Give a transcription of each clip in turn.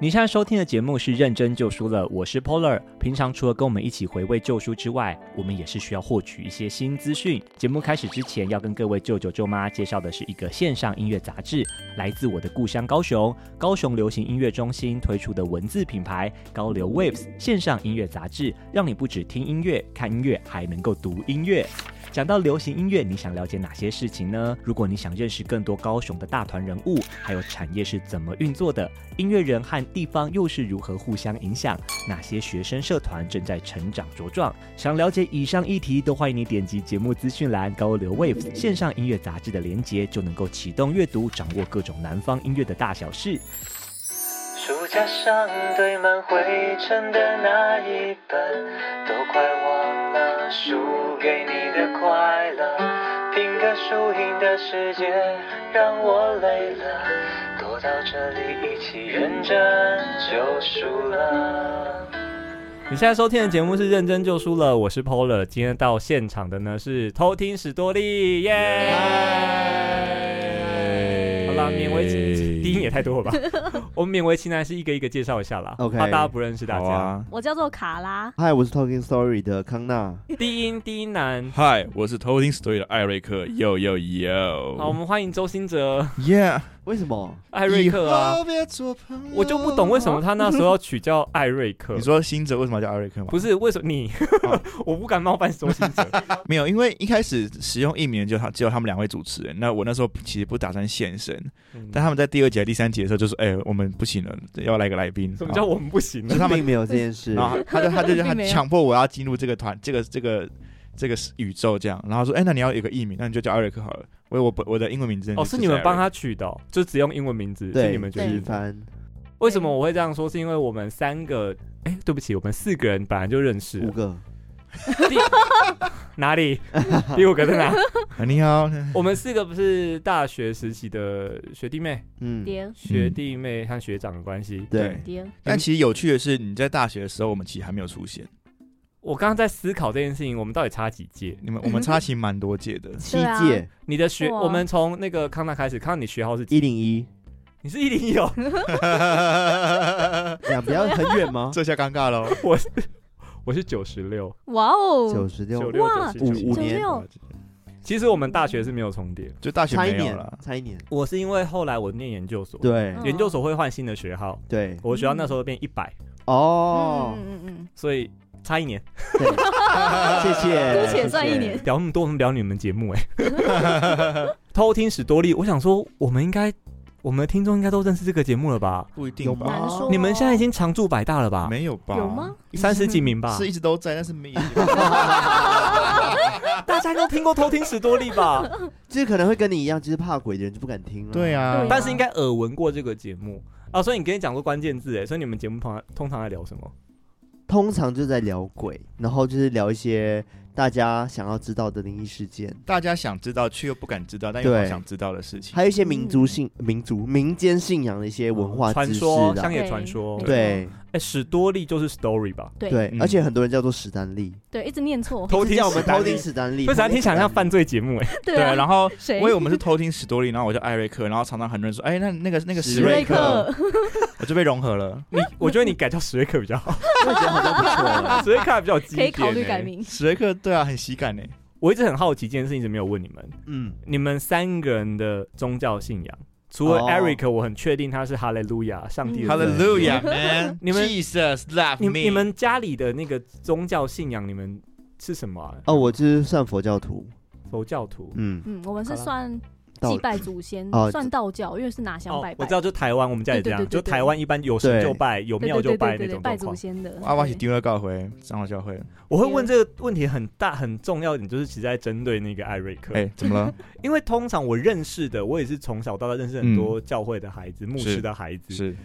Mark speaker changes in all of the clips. Speaker 1: 你现在收听的节目是《认真救书了》，我是 Polar。平常除了跟我们一起回味旧书之外，我们也是需要获取一些新资讯。节目开始之前，要跟各位舅舅舅妈介绍的是一个线上音乐杂志，来自我的故乡高雄，高雄流行音乐中心推出的文字品牌高流 Waves 线上音乐杂志，让你不只听音乐、看音乐，还能够读音乐。讲到流行音乐，你想了解哪些事情呢？如果你想认识更多高雄的大团人物，还有产业是怎么运作的，音乐人和地方又是如何互相影响，哪些学生社团正在成长茁壮，想了解以上议题，都欢迎你点击节目资讯栏高流 Waves 线上音乐杂志的连接，就能够启动阅读，掌握各种南方音乐的大小事。
Speaker 2: 书架上堆满灰尘的那一本，都快忘了输给你的快乐。拼个输赢的世界让我累了，躲到这里一起认真就输了。
Speaker 3: 你现在收听的节目是《认真就输了》，我是 Polar。今天到现场的呢是偷听史多利，耶、好啦，勉为其低音也太多了吧？我们勉为其难是一个一个介绍一下啦，
Speaker 4: OK
Speaker 3: 怕大家不认识大
Speaker 5: 好
Speaker 3: 家。
Speaker 5: 啊。
Speaker 6: 我叫做卡拉，
Speaker 4: 嗨，我是 Talking Story 的康纳。
Speaker 3: 低音低音男，
Speaker 5: 嗨，我是偷听 story 的艾瑞克，哟哟
Speaker 3: 好，我
Speaker 5: 哟
Speaker 3: 们欢迎周兴哲、
Speaker 5: ，Yeah，
Speaker 4: 为什 么？
Speaker 3: 艾瑞克啊
Speaker 5: 以。后别做朋友
Speaker 3: 我就不懂为什么他那时候要取叫艾瑞克
Speaker 5: 你，说新哲为什么要叫艾瑞克吗？
Speaker 3: 不是为什么你
Speaker 5: 哦，
Speaker 3: 我不敢冒犯周兴哲。
Speaker 5: 没有，因为一开始使用艺名就他只有他们两位主持人。那我那时候其实不打算现身，
Speaker 3: 嗯
Speaker 5: 但他们在第二节、第三节的时候就说：“哎、我们不行了，要来个来宾。”
Speaker 3: 什么叫我们不行呢啊
Speaker 4: 就？他们并没有这件 事。
Speaker 5: 然后他就他就他
Speaker 6: 并没有
Speaker 5: 强迫我要进入这个团这个这个这个宇宙这样，然后说，哎、那你要有个艺名，那你就叫艾瑞克好了。我我我的英文名字
Speaker 3: 哦，是你们帮，他取的哦，就只用英文名字，是
Speaker 4: 对，
Speaker 3: 你们决
Speaker 4: 直
Speaker 3: 定的。
Speaker 4: 翻。
Speaker 3: 为什么我会这样说？是因为我们三个，哎、对不起，我们四个人本来就认识
Speaker 4: 五个，
Speaker 3: 第哪里？第五个在哪？
Speaker 5: 啊、你 好，
Speaker 3: 我们四个不是大学时期的学弟妹、
Speaker 4: 嗯，
Speaker 6: 点
Speaker 3: 学弟妹和学长的关系。
Speaker 4: 对，
Speaker 6: 点，
Speaker 5: 但其实有趣的是，你在大学的时候，我们其实还没有出现，
Speaker 3: 我刚刚在思考这件事情，我们到底差几届？
Speaker 5: 你们我们差其实蛮多届 的。
Speaker 4: 七
Speaker 6: 对啊
Speaker 4: 届
Speaker 3: 你的学，
Speaker 6: 哇
Speaker 3: 我们从那个康纳开始，康纳你学号
Speaker 6: 啊
Speaker 3: 是几？
Speaker 4: 一零一，
Speaker 3: 你是一零一哦，
Speaker 4: 两边很远 吗？
Speaker 5: 这下尴尬喽。
Speaker 3: 我是我是九十六，
Speaker 6: 哇哦
Speaker 4: 九，十
Speaker 3: 九
Speaker 4: 六，
Speaker 3: 六
Speaker 6: 哇
Speaker 3: 九七
Speaker 4: 五
Speaker 3: 九
Speaker 4: 五。年
Speaker 6: 96
Speaker 3: 其实我们大学
Speaker 5: 嗯
Speaker 3: 是没有重叠，
Speaker 5: 就大学
Speaker 4: 差一
Speaker 5: 没有
Speaker 4: 年
Speaker 5: 了，，
Speaker 4: 差一年。
Speaker 3: 我是因为后来我念研究所，
Speaker 4: 对
Speaker 6: 嗯
Speaker 3: 研究所会换新的学号，
Speaker 4: 对，
Speaker 3: 我学校那时候变一百。
Speaker 4: 哦，
Speaker 6: 嗯嗯
Speaker 3: 所以差一年，
Speaker 4: 对，谢谢。
Speaker 6: 姑且算一年
Speaker 4: 谢谢。
Speaker 3: 聊那么多，我们聊你们节目哎、哎 偷听史多利，我想说，我们应该，我们的听众应该都认识这个节目了吧？
Speaker 5: 不一
Speaker 4: 有
Speaker 5: 定
Speaker 6: 嗯，
Speaker 4: 吗
Speaker 5: 吧？
Speaker 6: 难说。
Speaker 3: 你们现在已经常驻百大了吧？
Speaker 5: 没有吧？
Speaker 6: 有吗？
Speaker 3: 三十几名吧
Speaker 5: 是一直都在，但是没有。
Speaker 3: 大家都听过偷听史多利吧？
Speaker 4: 就是可能会跟你一样，就是怕鬼的人就不敢听了。
Speaker 5: 对
Speaker 4: 啊，
Speaker 5: 啊
Speaker 6: 对，
Speaker 3: 但是应该耳闻过这个节目啊。所以你跟你讲过关键字哎，所以你们节目通常通常在聊什么？
Speaker 4: 通常就在聊鬼，然后就是聊一些大家想要知道的灵异事件，
Speaker 5: 大家想知道却又不敢知道，但又好
Speaker 4: 对
Speaker 5: 想知道的事情。
Speaker 4: 还有一些民族信、
Speaker 6: 嗯
Speaker 4: 民族民间信仰的一些哎文化
Speaker 3: 呃传
Speaker 4: 知识
Speaker 3: 说、
Speaker 4: 啦
Speaker 3: 乡。野传说。
Speaker 6: 对
Speaker 4: 对
Speaker 3: 哎，史多利就是 story 吧？
Speaker 6: 对
Speaker 4: 对
Speaker 5: 嗯，
Speaker 4: 而且很多人叫做史丹利，
Speaker 6: 对，一直念错，
Speaker 3: 偷
Speaker 4: 一直
Speaker 3: 听
Speaker 4: 叫我们
Speaker 3: 史丹
Speaker 4: 偷
Speaker 3: 利
Speaker 4: 听史丹利，
Speaker 3: 不是啊，听起来像犯
Speaker 4: 罪。
Speaker 3: 罪节目哎。
Speaker 6: 对
Speaker 5: 对，
Speaker 6: 啊，
Speaker 5: 然后
Speaker 6: 谁
Speaker 5: 我以为我们是偷听史多利，然后我叫艾瑞克，然后常常很多人说，哎，那那个那个
Speaker 4: 史
Speaker 5: 史瑞
Speaker 6: 瑞
Speaker 5: 克，
Speaker 6: 克，
Speaker 5: 我就被融合了。
Speaker 3: 你我觉得你改叫史瑞克比较 好，
Speaker 4: 我也觉得好像不错。啊
Speaker 3: 史瑞克还比较有激
Speaker 6: 可以
Speaker 3: 烈。
Speaker 6: 考虑改名。
Speaker 5: 史瑞克对啊，很喜感呢。
Speaker 3: 我一直很好奇一件事情，一直没有问你们。
Speaker 4: 嗯，
Speaker 3: 你们三个人的宗教信仰，除了
Speaker 4: 哦嗯
Speaker 3: Eric，、我很确定他是哈雷路亚，上帝的
Speaker 5: 哈
Speaker 3: 子
Speaker 5: 利
Speaker 3: 民。
Speaker 5: 路亚，man，
Speaker 3: 你们
Speaker 5: Jesus love
Speaker 3: 你
Speaker 5: me，
Speaker 3: 你们家里的那个宗教信仰，你们是什么啊、
Speaker 4: 哦，我就是算佛教徒，
Speaker 3: 佛教徒。
Speaker 4: 嗯，
Speaker 6: 嗯，我们是
Speaker 3: 好啦
Speaker 6: 算
Speaker 4: 道
Speaker 6: 祭拜祖先
Speaker 4: 哦，
Speaker 6: 算道教，因为是拿香拜
Speaker 3: 哦我
Speaker 6: 拜
Speaker 3: 知。道，就台湾，我们家也这样，
Speaker 6: 对对对对
Speaker 3: 就台湾一般有神
Speaker 4: 对
Speaker 3: 就拜，有
Speaker 6: 对
Speaker 3: 庙
Speaker 6: 对
Speaker 3: 就
Speaker 6: 对
Speaker 3: 拜
Speaker 6: 对对
Speaker 3: 那
Speaker 6: 对，
Speaker 3: 种
Speaker 6: 拜
Speaker 3: 状
Speaker 6: 祖
Speaker 3: 况。
Speaker 6: 先的。
Speaker 5: 阿瓦
Speaker 6: 对
Speaker 5: 西丢了告回长老教会，
Speaker 3: 我会问这个问题很大很重要一点，就是其实在针对那个艾瑞克，
Speaker 5: 哎，怎么 了？
Speaker 3: 因为通常我认识的，我也是从小到大认识很多教会的孩子、牧师的孩子，
Speaker 5: 嗯是，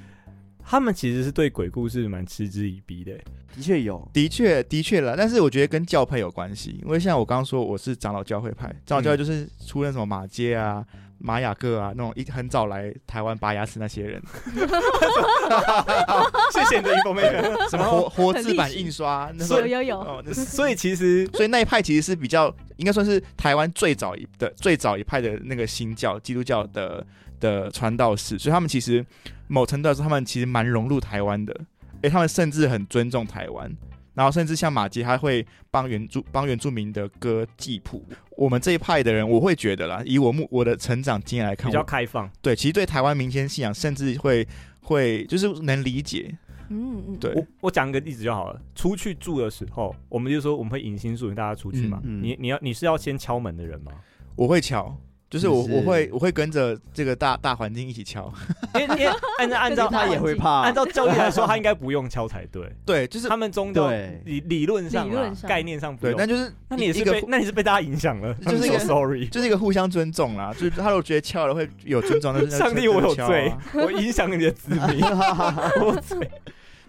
Speaker 3: 他们其实是对鬼故事蛮嗤之以鼻的、
Speaker 5: 嗯
Speaker 4: 的确有，
Speaker 5: 的确的确了，但是我觉得跟教派有关系，因为像我刚刚说我是长老教会派，长老教会就是出那什么马街啊、马雅各啊那种一很早来台湾拔牙齿那些人，
Speaker 3: 谢谢你的 information。
Speaker 5: 什么活活字版
Speaker 6: 很历史
Speaker 5: 印刷，那时候
Speaker 6: 嗯有有有，
Speaker 5: 哦，那是
Speaker 3: 所以其实
Speaker 5: 所以那一派其实是比较，应该算是台湾最早一的最早一派的那个新教基督教的的传道士，所以他们其实某程度来说，他们其实蛮融入台湾的，诶，他们甚至很尊重台湾。然后甚至像马吉，他会帮原住帮原住民的歌记谱。我们这一派的人，我会觉得啦，以我目我的成长经验来看，
Speaker 3: 比较
Speaker 5: 我
Speaker 3: 开放。
Speaker 5: 对，其实对台湾民间信仰，甚至会会就是能理解。
Speaker 6: 嗯嗯，
Speaker 5: 对
Speaker 3: 我我讲一个例子就好了。出去住的时候，我们就说我们会迎新宿营，大家出去嘛。
Speaker 4: 嗯嗯
Speaker 3: 你你要你是要先敲门的人 吗？
Speaker 5: 我会敲，就是我
Speaker 4: 就是
Speaker 5: 我会我会跟着这个大大环境一起敲。
Speaker 3: 因为因为按照按
Speaker 6: 这
Speaker 3: 照
Speaker 6: 个
Speaker 4: 他
Speaker 6: 大环
Speaker 4: 也
Speaker 6: 境
Speaker 4: 会怕，
Speaker 3: 按照教义来说，他应该不用敲才对。
Speaker 5: 对，就是
Speaker 3: 他们宗教
Speaker 4: 对，
Speaker 3: 理理论上啦、啊
Speaker 6: 理论上
Speaker 3: 概念上不
Speaker 5: 对，
Speaker 3: 用。
Speaker 5: 但就是
Speaker 3: 那你也
Speaker 5: 一
Speaker 3: 是
Speaker 5: 个
Speaker 3: 被那你是被大家影响了，
Speaker 5: 就是
Speaker 3: I'm
Speaker 5: 一个
Speaker 3: so sorry。
Speaker 5: 就是一个互相尊重啦。就是他如果觉得敲了会有尊 重，那就
Speaker 3: 上帝，
Speaker 5: 那
Speaker 3: 我
Speaker 5: 就
Speaker 3: 有
Speaker 5: 敲啊
Speaker 3: 罪，我影响你的子民， 我罪。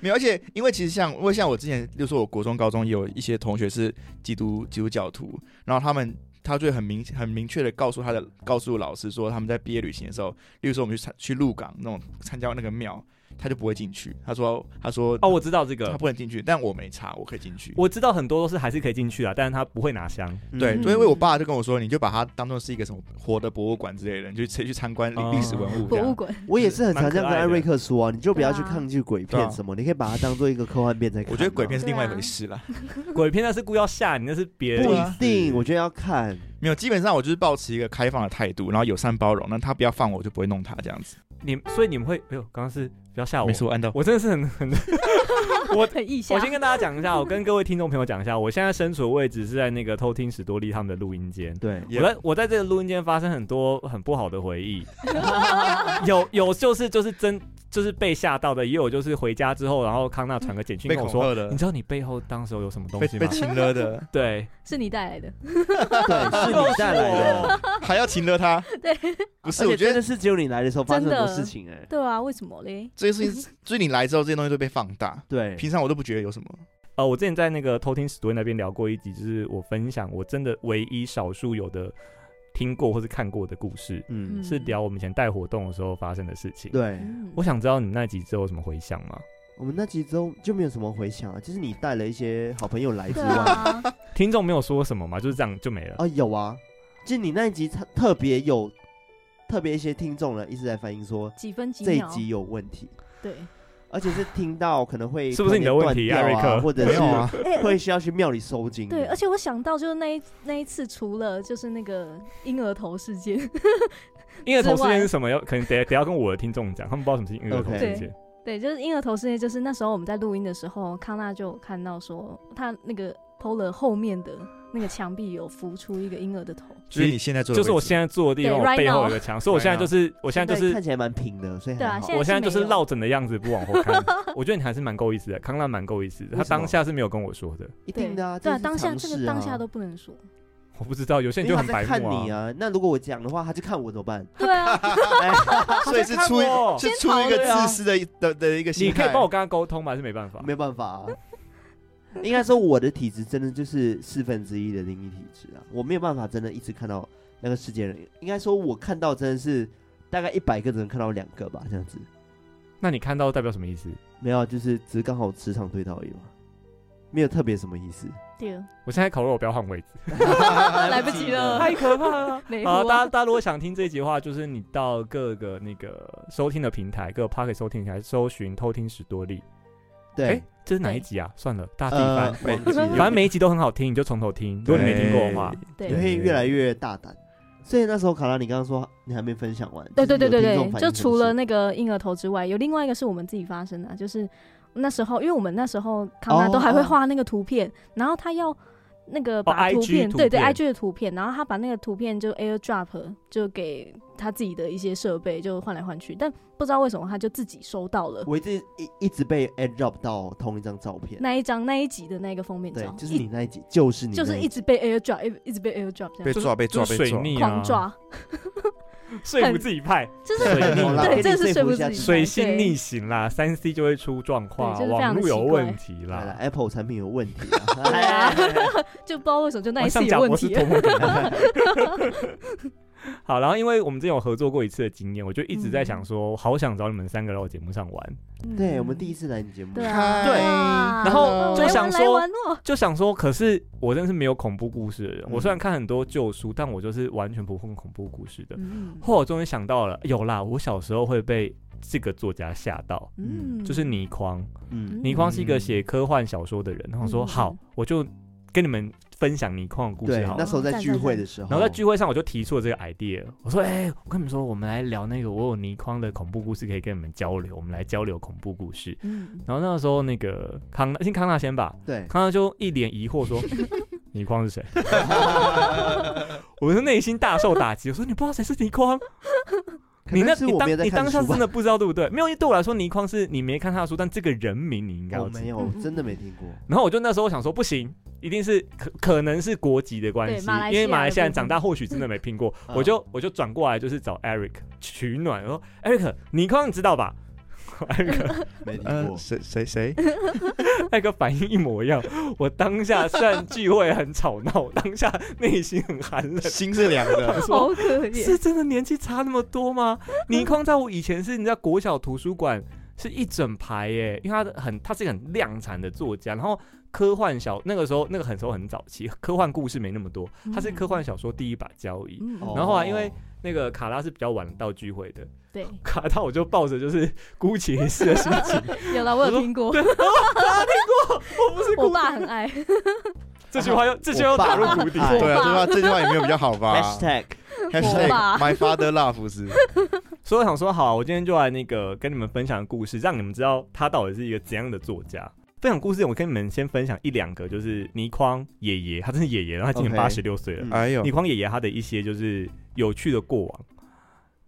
Speaker 5: 没有，而且因为其实像，因为像我之前，就说我国中、高中也有一些同学是基督基督教徒，然后他们他就会很明很明确的告诉他的告诉老师说，他们在毕业旅行的时候，例如说我们去参去鹿港那种参加那个庙，他就不会进去。他说他说
Speaker 3: 哦，我知道这
Speaker 5: 他
Speaker 3: 个，
Speaker 5: 不能进去，但我没查，我可以进去。
Speaker 3: 我知道很多都是还是可以进去啊，但是他不会拿香。
Speaker 5: 对，
Speaker 4: 嗯
Speaker 5: 所以我爸就跟我说，你就把它当做是一个什么活的博物馆之类的，你就去去参观历
Speaker 3: 哦
Speaker 5: 历史文物这
Speaker 6: 博
Speaker 5: 样。
Speaker 6: 物馆
Speaker 4: 我也是很常这样跟艾瑞克说啊，你就不要去
Speaker 6: 对啊
Speaker 4: 抗拒鬼
Speaker 5: 对啊
Speaker 4: 片什么，你可以把它当做一个科幻片在看。
Speaker 5: 我觉得鬼片是另外一回事啦，
Speaker 3: 鬼片那是故意要吓你，那是别人
Speaker 4: 不
Speaker 5: 啊
Speaker 4: 一定，我觉得要看。
Speaker 5: 没有，基本上我就是保持一个开放的态度，然后友善包容，那他不要放我，我就不会弄他这样子。
Speaker 3: 你，所以你们会，哎呦，刚刚是不要吓我，
Speaker 5: 没事，我按到
Speaker 3: 我真的是很很，
Speaker 6: 很意象
Speaker 3: 我先跟大家讲一下，我跟各位听众朋友讲一下，我现在身处的位置是在那个偷听史多利他们的录音间。
Speaker 4: 对，
Speaker 5: Yeah
Speaker 3: 我在我在这个录音间发生很多很不好的回忆， 有有就是就是真就是被吓到的，也有就是回家之后，然后康纳传个简讯
Speaker 5: 被
Speaker 3: 跟我
Speaker 5: 恐
Speaker 3: 说，
Speaker 5: 吓的
Speaker 3: 你，知道你背后当时候有什么东
Speaker 5: 被
Speaker 3: 西
Speaker 5: 被
Speaker 3: 吗？
Speaker 5: 亲了的，
Speaker 3: 对，
Speaker 6: 是你带来的，
Speaker 4: 对，是你带来的，
Speaker 5: 还要亲了他。
Speaker 6: 对，
Speaker 5: 不是，
Speaker 4: 而
Speaker 5: 我
Speaker 4: 且
Speaker 5: 觉
Speaker 4: 真
Speaker 5: 得
Speaker 4: 的是只有你来的时候发生很多
Speaker 6: 真的
Speaker 4: 事情哎。
Speaker 6: 对啊，为什么嘞？
Speaker 5: 这些事情，就是你来之后，这些东西都被放大。
Speaker 4: 对，
Speaker 5: 平常我都不觉得有什么。
Speaker 3: 呃，我之前在那个偷听史多那边聊过一集，就是我分享我真的唯一少数有的听过或是看过的故事，
Speaker 4: 嗯，
Speaker 3: 是聊我们以前带活动的时候发生的事情。，
Speaker 4: 对，啊
Speaker 6: 嗯
Speaker 3: 我想知道你们那集之后有什么回响吗？
Speaker 4: 我们那集之后就没有什么回响啊，就是你带了一些好朋友来之
Speaker 6: 对
Speaker 4: 外，
Speaker 6: 啊，
Speaker 3: 听众没有说什么嘛，就是这样就没了。
Speaker 4: 啊有啊，就你那一集特特别有，特别一些听众呢一直在反映说
Speaker 6: 几分几
Speaker 4: 这一
Speaker 6: 秒？
Speaker 4: 集有问题，
Speaker 6: 对，
Speaker 4: 而且是听到可能会
Speaker 3: 是不是你的问题
Speaker 4: 断掉啊
Speaker 3: 艾瑞克
Speaker 4: 或者
Speaker 5: 没有啊
Speaker 4: 是，会需要去庙里收金，
Speaker 6: 对，而且我想到就是那一那一次，除了就是那个婴儿头事件，
Speaker 3: 因为头事
Speaker 6: 之外
Speaker 3: 件是什么？要可能得得要跟我的听众讲，他们不知道什么是因为头
Speaker 4: OK
Speaker 3: 事件。
Speaker 6: 对，就是婴儿头事件，就是那时候我们在录音的时候，康纳就有看到说他那个 Polar 后面的那个墙壁有浮出一个婴儿的头，
Speaker 5: 就是你现在做的位
Speaker 3: 就
Speaker 5: 置，
Speaker 3: 是我 现在坐的地
Speaker 6: 对
Speaker 3: 方，我
Speaker 6: ，right
Speaker 3: 背后
Speaker 6: now
Speaker 3: 有个墙，所以我现在就是，我现在就
Speaker 4: 对
Speaker 3: 是
Speaker 4: 看，起来蛮平的，所以
Speaker 6: 对啊
Speaker 4: 还好
Speaker 6: 现在
Speaker 3: 我现在就是
Speaker 6: 没有
Speaker 3: 落枕的样子，不往后 看。我觉得你还是蛮够意思的，康纳蛮够意思的。
Speaker 4: 为
Speaker 3: 他
Speaker 4: 什么
Speaker 3: 当下是没有跟我说的，
Speaker 4: 一定的啊，
Speaker 6: 对啊，
Speaker 4: 这是
Speaker 6: 当下
Speaker 4: 常
Speaker 6: 这个
Speaker 4: 识啊
Speaker 6: 当下都不 能说，
Speaker 3: 我不知道，有些
Speaker 4: 因
Speaker 3: 人
Speaker 4: 为
Speaker 3: 就
Speaker 4: 他
Speaker 3: 很
Speaker 4: 在
Speaker 3: 白
Speaker 4: 看
Speaker 3: 目
Speaker 4: 你啊，那如果我讲的话，他就看我怎么 办？
Speaker 6: 对啊，
Speaker 4: 哎
Speaker 5: 所以是出一
Speaker 3: 先看我
Speaker 5: 是出一
Speaker 4: 先
Speaker 5: 个
Speaker 4: 逃了啊
Speaker 5: 自私的一的的一个
Speaker 3: 你
Speaker 5: 心
Speaker 3: 可以
Speaker 5: 态
Speaker 3: 帮。我跟他沟通吗？还是没办法？
Speaker 4: 没办法、啊。应该说我的体质真的就是四分之一的灵异体质啊，我没有办法真的一直看到那个世界人。应该说，我看到真的是大概一百个只能看到两个吧，这样子。
Speaker 3: 那你看到代表什么意思？
Speaker 4: 没有啊，就是只是刚好磁场对到而已嘛，没有特别什么意思。
Speaker 6: 对啊，
Speaker 3: 我现在烤肉，我不要换位置，
Speaker 6: 来不及了
Speaker 4: 哎
Speaker 3: 太可怕了。
Speaker 6: 没
Speaker 3: 好，
Speaker 6: 有
Speaker 3: 大家大家如果想听这一集的话，就是你到各个那个收听的平台，各个 Pocket 收听平台搜寻“偷听史多利”。哎
Speaker 4: 对，，
Speaker 3: 这是哪一集啊？算了，大家自己
Speaker 4: 呃
Speaker 3: 翻。，
Speaker 5: 北
Speaker 4: 忘记
Speaker 6: 反
Speaker 4: 了
Speaker 3: 反正每一集都很好听，你就从头听。如果你没听过的话，
Speaker 4: 你
Speaker 6: 对。
Speaker 4: 会越来越大胆。所以那时候卡拉，你刚刚说你还没分享完，
Speaker 6: 对对
Speaker 4: 就
Speaker 6: 对
Speaker 4: 是有
Speaker 6: 对
Speaker 4: 听众
Speaker 6: 对，
Speaker 4: 反
Speaker 6: 就
Speaker 4: 映
Speaker 6: 除
Speaker 4: 什么
Speaker 6: 了
Speaker 4: 事
Speaker 6: 那个婴儿头之外，有另外一个是我们自己发生的啊，就是那时候，因为我们那时候康纳
Speaker 4: 哦
Speaker 6: 都还会
Speaker 4: 哦
Speaker 6: 画那个图片，然后他要那个把
Speaker 3: IG
Speaker 6: 图片，
Speaker 3: 哦图
Speaker 6: 对对
Speaker 3: 片
Speaker 6: ，IG 的图片，然后他把那个图片就 AirDrop 就给他自己的一些设备就换来换去，但不知道为什么他就自己收到了
Speaker 4: 我一直一一直被 airdrop 到同一张照片，
Speaker 6: 那一张那一集的那个封面
Speaker 4: 对
Speaker 6: 照，，
Speaker 4: 就是
Speaker 6: 一
Speaker 4: 你那一集，就是你
Speaker 6: 就是
Speaker 4: 那
Speaker 6: 一直被 AirDrop，一一直被 AirDrop 这
Speaker 5: 被
Speaker 6: 样
Speaker 5: 抓被抓
Speaker 3: 就是
Speaker 5: 被
Speaker 3: 水
Speaker 5: 抓，
Speaker 3: 逆啊
Speaker 6: 狂，抓，
Speaker 3: 说服自己派，
Speaker 6: 就是
Speaker 3: 水逆
Speaker 4: 好啦
Speaker 3: 啊，
Speaker 4: 给
Speaker 6: 对，
Speaker 4: 你
Speaker 6: 这是
Speaker 4: 说
Speaker 6: 说
Speaker 4: 服
Speaker 6: 服
Speaker 4: 一下
Speaker 6: 自己，
Speaker 3: 水星逆行啦，三 C 就会出状况，啊
Speaker 6: 对就是非
Speaker 3: 网
Speaker 6: 常的
Speaker 3: 络
Speaker 6: 奇怪
Speaker 3: 有问题
Speaker 4: 来了
Speaker 3: 啦。
Speaker 4: Apple 产品有问题啊！
Speaker 3: 哎 哦
Speaker 6: 对啊，就不知道为什么就那一
Speaker 3: 晚
Speaker 6: 次
Speaker 3: 上
Speaker 6: 有
Speaker 3: 讲
Speaker 6: 问
Speaker 3: 我是
Speaker 6: 题
Speaker 3: 多。么的 好，然后因为我们之前有合作过一次的经验，我就一直在想
Speaker 6: 嗯
Speaker 3: 说，好想找你们三个来我节目上玩，
Speaker 4: 对我们第
Speaker 6: 一
Speaker 4: 一次来你节目，
Speaker 6: 嗯对啊，
Speaker 5: 嗨对
Speaker 6: 哇
Speaker 3: 然后就
Speaker 6: 来
Speaker 3: 想
Speaker 6: 玩来
Speaker 3: 说
Speaker 6: 玩哦
Speaker 3: 就想说，可是我真的是没有恐怖故事的人。
Speaker 5: 嗯
Speaker 3: 我虽然看很多旧书，但我就是完全不碰恐怖故事的。
Speaker 6: 嗯
Speaker 3: 后来我终于想到了，有啦，我小时候会被这个作家吓到，
Speaker 6: 嗯
Speaker 3: 就是倪匡。
Speaker 4: 嗯，
Speaker 3: 倪匡是一个写科幻小说的人，然后说
Speaker 6: 嗯
Speaker 3: 好，我就跟你们分享倪匡的故
Speaker 4: 对
Speaker 3: 事好，
Speaker 4: 那
Speaker 3: 了。
Speaker 4: 时候在
Speaker 6: 站
Speaker 4: 聚
Speaker 6: 在
Speaker 4: 会
Speaker 6: 这
Speaker 4: 的时候，
Speaker 3: 然后在聚会上，我就提出了这个 idea，我说：“哎、我跟你们说，我们来聊那个我有倪匡的恐怖故事，可以跟你们交流，我们来交流恐怖故事。”
Speaker 6: 嗯，
Speaker 3: 然后那个时候，那个康纳，先康纳先吧，
Speaker 4: 对，
Speaker 3: 康纳就一脸疑惑 说：“倪匡是谁？” 我的内心大受打击，我说：“你不知道谁是倪匡？你那
Speaker 4: 可能是
Speaker 3: 你
Speaker 4: 我没有
Speaker 3: 当
Speaker 4: 在
Speaker 3: 你
Speaker 4: 看
Speaker 3: 当下
Speaker 4: 书吧
Speaker 3: 真的不知道对不对？没有，因为对我来说，倪匡是你没看他的书，但这个人名你 应该要
Speaker 4: 我
Speaker 3: 知
Speaker 4: 没有，
Speaker 6: 嗯
Speaker 4: 我
Speaker 6: 嗯
Speaker 4: 真的没听过。
Speaker 3: 然后我就那时候想说，不行，一定是可可能是国籍的关
Speaker 6: 对
Speaker 3: 系
Speaker 6: 马来，西
Speaker 3: 因
Speaker 6: 亚
Speaker 3: 为马来西亚人
Speaker 6: 的部分
Speaker 3: 长大或许真的没拼过，
Speaker 4: 嗯
Speaker 3: 我就我就转过来就是找 Eric 取暖，我说 Eric，你刚刚知道吧 ？Eric，
Speaker 4: 没听
Speaker 3: 呃
Speaker 5: 嗯，
Speaker 4: 过，
Speaker 5: 谁谁谁？
Speaker 3: 那个反应一模一样。我当下虽然聚会很吵闹，我当下内心很寒冷。
Speaker 5: 心是凉的，
Speaker 3: 说
Speaker 6: 好可
Speaker 3: 是
Speaker 6: 怜，
Speaker 3: 真的年纪差那么 多吗？倪匡在我以前是你在国小图书馆是一整排耶，因为他的很他是一个很量产的作家，然后科幻小那个时候那个很时候很早期， 科幻故事没那么多，他是科幻小说第一把交椅。
Speaker 6: 嗯
Speaker 4: 哦
Speaker 3: 然后啊，因为那个卡拉是比较晚到聚会的，
Speaker 6: 对，
Speaker 3: 卡拉我就抱着就是姑且一试 的心情，
Speaker 6: 有了，我有听过，
Speaker 3: 我不是
Speaker 6: 我
Speaker 3: 姑，
Speaker 6: 爸很 爱，
Speaker 3: 这句话又这句话又打入谷底。
Speaker 4: 我
Speaker 5: 对啊，这句话这句话也没有比较好吧
Speaker 4: 哎 #hashtag
Speaker 5: ？#hashtag
Speaker 6: 我吧
Speaker 5: my father loves
Speaker 3: 所以我想说，好，我今天就来那个跟你们分享故事，让你们知道他到底是一个怎样的作家。分享故事，我跟你们先分享一两个，就是倪匡爷爷，他真是爷爷，然后他今年
Speaker 5: OK
Speaker 3: 八十六岁了。
Speaker 4: 嗯
Speaker 5: 哎呦
Speaker 3: 倪，匡爷爷他的一些就是有趣的过往，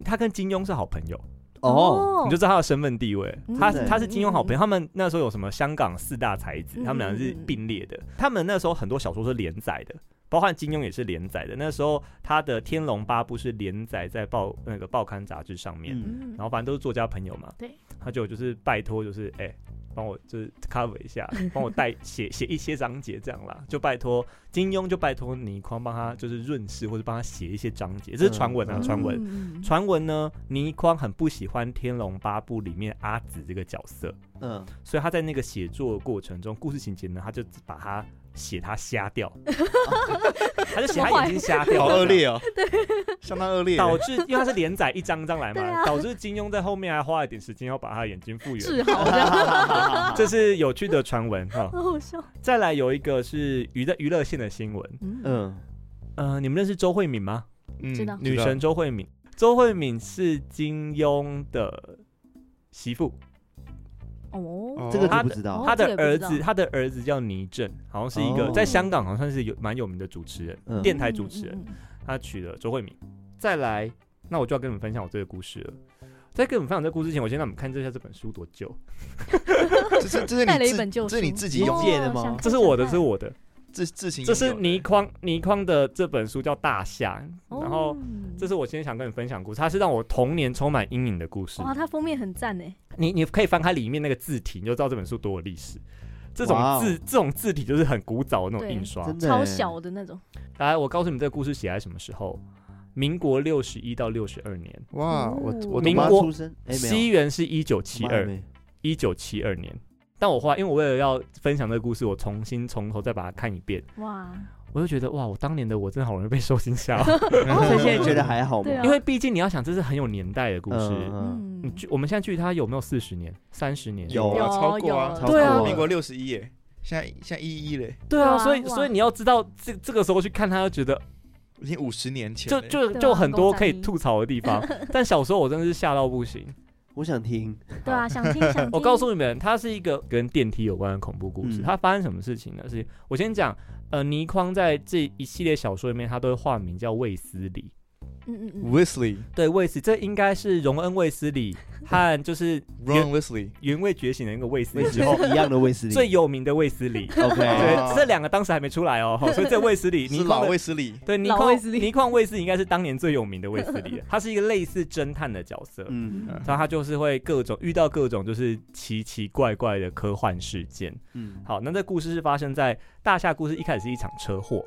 Speaker 3: 他跟金庸是好朋友，
Speaker 4: 哦，
Speaker 3: 你就知道他的身份地位。
Speaker 6: 嗯
Speaker 3: 他
Speaker 4: 对
Speaker 3: 他是金庸好朋友，他们那时候有什么香港四大才子，他们两个是并列的。他们那时候很多小说是连载的，包含金庸也是连载的。那时候他的《天龙八部》是连载在报那个报刊杂志上面。
Speaker 4: 嗯，
Speaker 6: 嗯
Speaker 3: 然后反正都是作家朋友嘛，
Speaker 6: 对，
Speaker 3: 他就就是拜托就是哎、帮我就是 cover 一下，帮我带写写一些章节这样啦，就拜托金庸就拜托倪匡帮他就是润饰或者帮他写一些章节，这是传闻啊
Speaker 4: 嗯
Speaker 3: 传闻。
Speaker 6: 嗯
Speaker 3: 传闻呢，倪匡很不喜欢《天龙八部》里面阿紫这个角色，
Speaker 4: 嗯，
Speaker 3: 所以他在那个写作过程中，故事情节呢，他就把他写他瞎掉，他就写他眼睛瞎掉，
Speaker 5: 好恶劣哦，相当恶劣。
Speaker 3: 导致因为它是连载一张张来嘛，
Speaker 6: 对啊
Speaker 3: 导致金庸在后面还花了点时间要把他的眼睛复原。
Speaker 6: 治好的，啊
Speaker 3: 这是有趣的传闻哈。
Speaker 6: 好好笑，
Speaker 3: 再来有一个是娱乐娱乐线的新闻，
Speaker 6: 嗯，
Speaker 4: 嗯，
Speaker 3: 呃，你们认识周慧敏吗？
Speaker 5: 嗯
Speaker 6: 知道
Speaker 3: 女神周慧敏，周慧敏是金庸的媳妇，
Speaker 6: 哦，
Speaker 4: 这个
Speaker 3: 他
Speaker 5: 啊
Speaker 4: 就不知道，
Speaker 3: 她的
Speaker 6: 这个也不
Speaker 3: 儿
Speaker 6: 知道
Speaker 3: 子，她的儿子叫倪震，好像是一个
Speaker 4: 哦
Speaker 3: 在香港好像是有蛮有名的主持人，
Speaker 4: 嗯
Speaker 3: 电台主持人。
Speaker 6: 嗯，嗯
Speaker 3: 他娶了周慧敏。再来，那我就要跟你们分享我这个故事了。在跟你们分享这个故事之前，我先让你们看一下这本书多久。
Speaker 5: 这是这是
Speaker 6: 带了
Speaker 5: 你
Speaker 6: 一
Speaker 5: 自
Speaker 6: 本旧书，
Speaker 5: 这是你自己
Speaker 4: 有
Speaker 6: 哦
Speaker 4: 借的吗
Speaker 6: 想看
Speaker 3: 这是我的，
Speaker 6: 想
Speaker 3: 这是
Speaker 6: 看
Speaker 3: 我的，
Speaker 5: 自自行拥
Speaker 3: 这
Speaker 5: 有的，
Speaker 3: 是倪匡倪匡的这本书叫《大夏》，然后
Speaker 6: 哦
Speaker 3: 这是我今天想跟你分享的故事，它是让我童年充满阴影的故事。
Speaker 6: 哇，它封面很赞欸诶，
Speaker 3: 你你可以翻开里面那个字体，你就知道这本书多有历史。这种
Speaker 4: 哇哦
Speaker 3: 字这种字体就是很古早的那种
Speaker 6: 对
Speaker 3: 印刷，
Speaker 4: 真的
Speaker 6: 超
Speaker 4: 欸
Speaker 6: 小的那种，
Speaker 3: 来，我告诉你们这个故事写在什么时候？民国六十一到六十二年，
Speaker 5: 哇，我
Speaker 6: 哦
Speaker 5: 我
Speaker 4: 我
Speaker 3: 民
Speaker 4: 妈
Speaker 3: 国
Speaker 4: 出生，哎，没
Speaker 3: 西
Speaker 4: 有，
Speaker 3: 元是一九七
Speaker 4: 我妈还
Speaker 3: 二，
Speaker 4: 没
Speaker 3: 一九七二年。但我后来，因为我为了要分享这个故事，我重新从头再把它看一遍，
Speaker 6: 哇，
Speaker 3: 我就觉得哇，我当年的我真的好容易被受惊吓、 哦，
Speaker 4: 所以现在觉得还好吗
Speaker 6: 对？啊
Speaker 3: 因为毕竟你要想，这是很有年代的故事。
Speaker 4: 嗯，嗯
Speaker 6: 嗯
Speaker 3: 你，距我们现在距离它有没有四十年、三十年？
Speaker 5: 有啊，
Speaker 6: 有
Speaker 5: 超过啊
Speaker 6: 有，
Speaker 5: 超
Speaker 4: 对啊
Speaker 5: 过民国六十一耶，现在现在一一嘞，
Speaker 3: 对
Speaker 6: 对
Speaker 3: 啊，
Speaker 6: 啊
Speaker 3: 所以
Speaker 6: 哇
Speaker 3: 所以你要知道，这这个时候去看它，就觉得
Speaker 5: 已经五十年前
Speaker 3: 就
Speaker 5: 嘞，
Speaker 3: 就
Speaker 6: 对啊
Speaker 3: 就很多
Speaker 6: 很
Speaker 3: 可
Speaker 6: 公嗯
Speaker 3: 以
Speaker 6: 仔
Speaker 3: 吐槽的地方。 但小时候我真的是吓到不行。
Speaker 4: 我想 听，
Speaker 6: 对啊，想听想听，
Speaker 3: 我告诉你们，它是一个跟电梯有关的恐怖故事。
Speaker 4: 嗯
Speaker 3: 它发生什么事情呢？是我先讲，呃，倪匡在这一系列小说里面，他都会化名叫卫斯理。
Speaker 6: 嗯，嗯嗯
Speaker 5: Wesley
Speaker 3: 对，卫斯，这应该是荣恩卫斯理和就是《
Speaker 5: Ron Wesley，
Speaker 3: 原味觉醒》的那个卫斯
Speaker 4: 卫
Speaker 3: 理
Speaker 4: 斯
Speaker 3: 之后
Speaker 4: 理一样的卫斯理
Speaker 3: 哦最有名的卫斯理。
Speaker 4: ，OK，
Speaker 5: 啊
Speaker 3: 对，这两个当时还没出来 哦，所以这卫斯理，
Speaker 5: 是
Speaker 3: 倪
Speaker 5: 老
Speaker 3: 匡的
Speaker 5: 卫斯理，
Speaker 3: 对倪
Speaker 6: 老
Speaker 3: 匡
Speaker 6: 卫斯理
Speaker 3: 倪匡卫斯理应该是当年最有名的卫斯理啊 了，他是一个类似侦探的角色。
Speaker 4: 嗯
Speaker 5: 嗯
Speaker 3: 然后他就是会各种遇到各种就是奇奇怪怪的科幻事件。
Speaker 4: 嗯，
Speaker 3: 好，那这故事是发生在大夏故事一开始是一场车祸，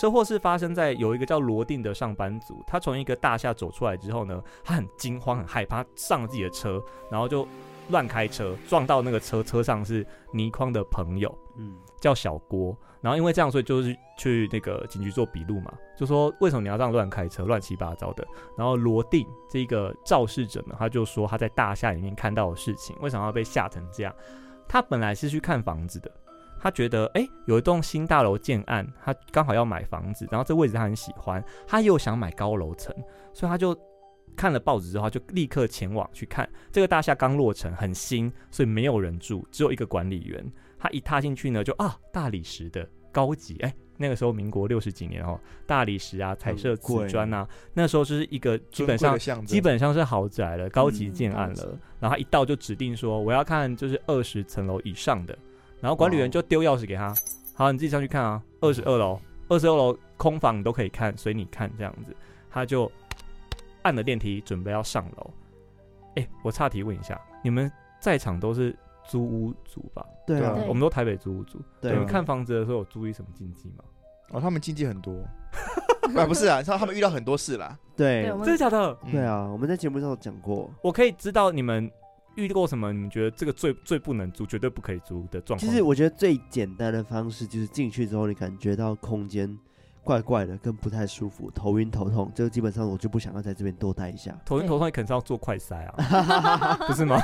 Speaker 3: 车祸是发生在有一个叫罗定的上班族，他从一个大厦走出来之后呢，他很惊慌、很害怕，上了自己的车，然后就乱开车，撞到那个车，车上是倪匡的朋友，
Speaker 4: 嗯，
Speaker 3: 叫小郭。然后因为这样，所以就是去那个警局做笔录嘛，就说为什么你要这样乱开车，乱七八糟的。然后罗定这个肇事者呢，他就说他在大厦里面看到的事情，为什么要被吓成这样？他本来是去看房子的，他觉得诶有一栋新大楼建案，他刚好要买房子，然后这位置他很喜欢，他又想买高楼层，所以他就看了报纸之后，他就立刻前往去看。这个大厦刚落成，很新，所以没有人住，只有一个管理员。他一踏进去呢，就啊，大理石的高级，哎、那个时候民国六十几年哦，大理石啊，彩色瓷砖啊，那时候就是一个基本上基本上是豪宅了，高级建案了。
Speaker 6: 嗯高级
Speaker 3: 然后他一到就指定说我要看就是二十层楼以上的，然后管理员就丢钥匙给他，好，你自己上去看啊，二十二楼，二十二楼空房你都可以看，随你看这样子。他就按了电梯，准备要上楼。哎、我岔题问一下，你们在场都是租屋族吧？
Speaker 4: 对啊
Speaker 5: 对，
Speaker 3: 我们都台北租屋族，
Speaker 4: 对
Speaker 3: 你
Speaker 4: 啊
Speaker 3: 们看房子的时候有注意什么禁忌吗？
Speaker 5: 哦，他们禁忌很多， 啊不是啊，他们遇到很多事啦。
Speaker 4: 对
Speaker 6: 对，我，
Speaker 3: 真的
Speaker 6: 们
Speaker 3: 假的？
Speaker 5: 嗯
Speaker 4: 对，啊，我们在节目上有讲过。
Speaker 3: 我可以知道你们遇过什么？你们觉得这个最最不能租，绝对不可以租的状况？
Speaker 4: 其实我觉得最简单的方式就是进去之后，你感觉到空间怪怪的，跟不太舒服，头晕头痛，这个基本上我就不想要在这边多待一 下。
Speaker 3: 头晕头痛，肯定是要做快塞啊，不是吗？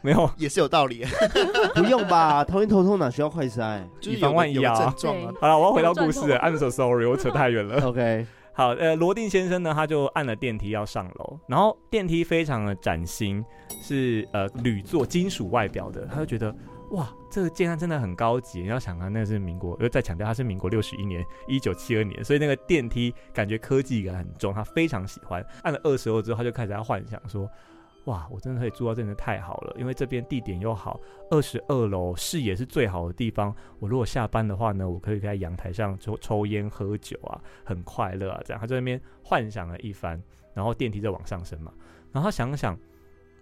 Speaker 3: 没有，
Speaker 5: 也是有道理，
Speaker 4: 不用吧，头晕头痛哪需要快塞
Speaker 5: 就是
Speaker 3: 以防
Speaker 5: 有
Speaker 3: 万一
Speaker 5: 有个
Speaker 3: 啊
Speaker 5: 症状啊，
Speaker 3: 好了，我要回到故事了。I'm so sorry，我扯太远了。
Speaker 4: ？OK，
Speaker 3: 好，呃，罗定先生呢，他就按了电梯要上楼，然后电梯非常的崭新，是呃铝做金属外表的，他就觉得哇，这个建案真的很高级。你要想啊，那是民国，又再强调它是民国六十一年，一九七二年，所以那个电梯感觉科技感很重，他非常喜欢。按了二十楼之后，他就开始在幻想说。哇，我真的可以住到这里，真的太好了，因为这边地点又好，二十二楼视野是最好的地方。我如果下班的话呢，我可以在阳台上抽抽烟、喝酒啊，很快乐啊，这样他在那边幻想了一番，然后电梯再往上升嘛，然后他想想，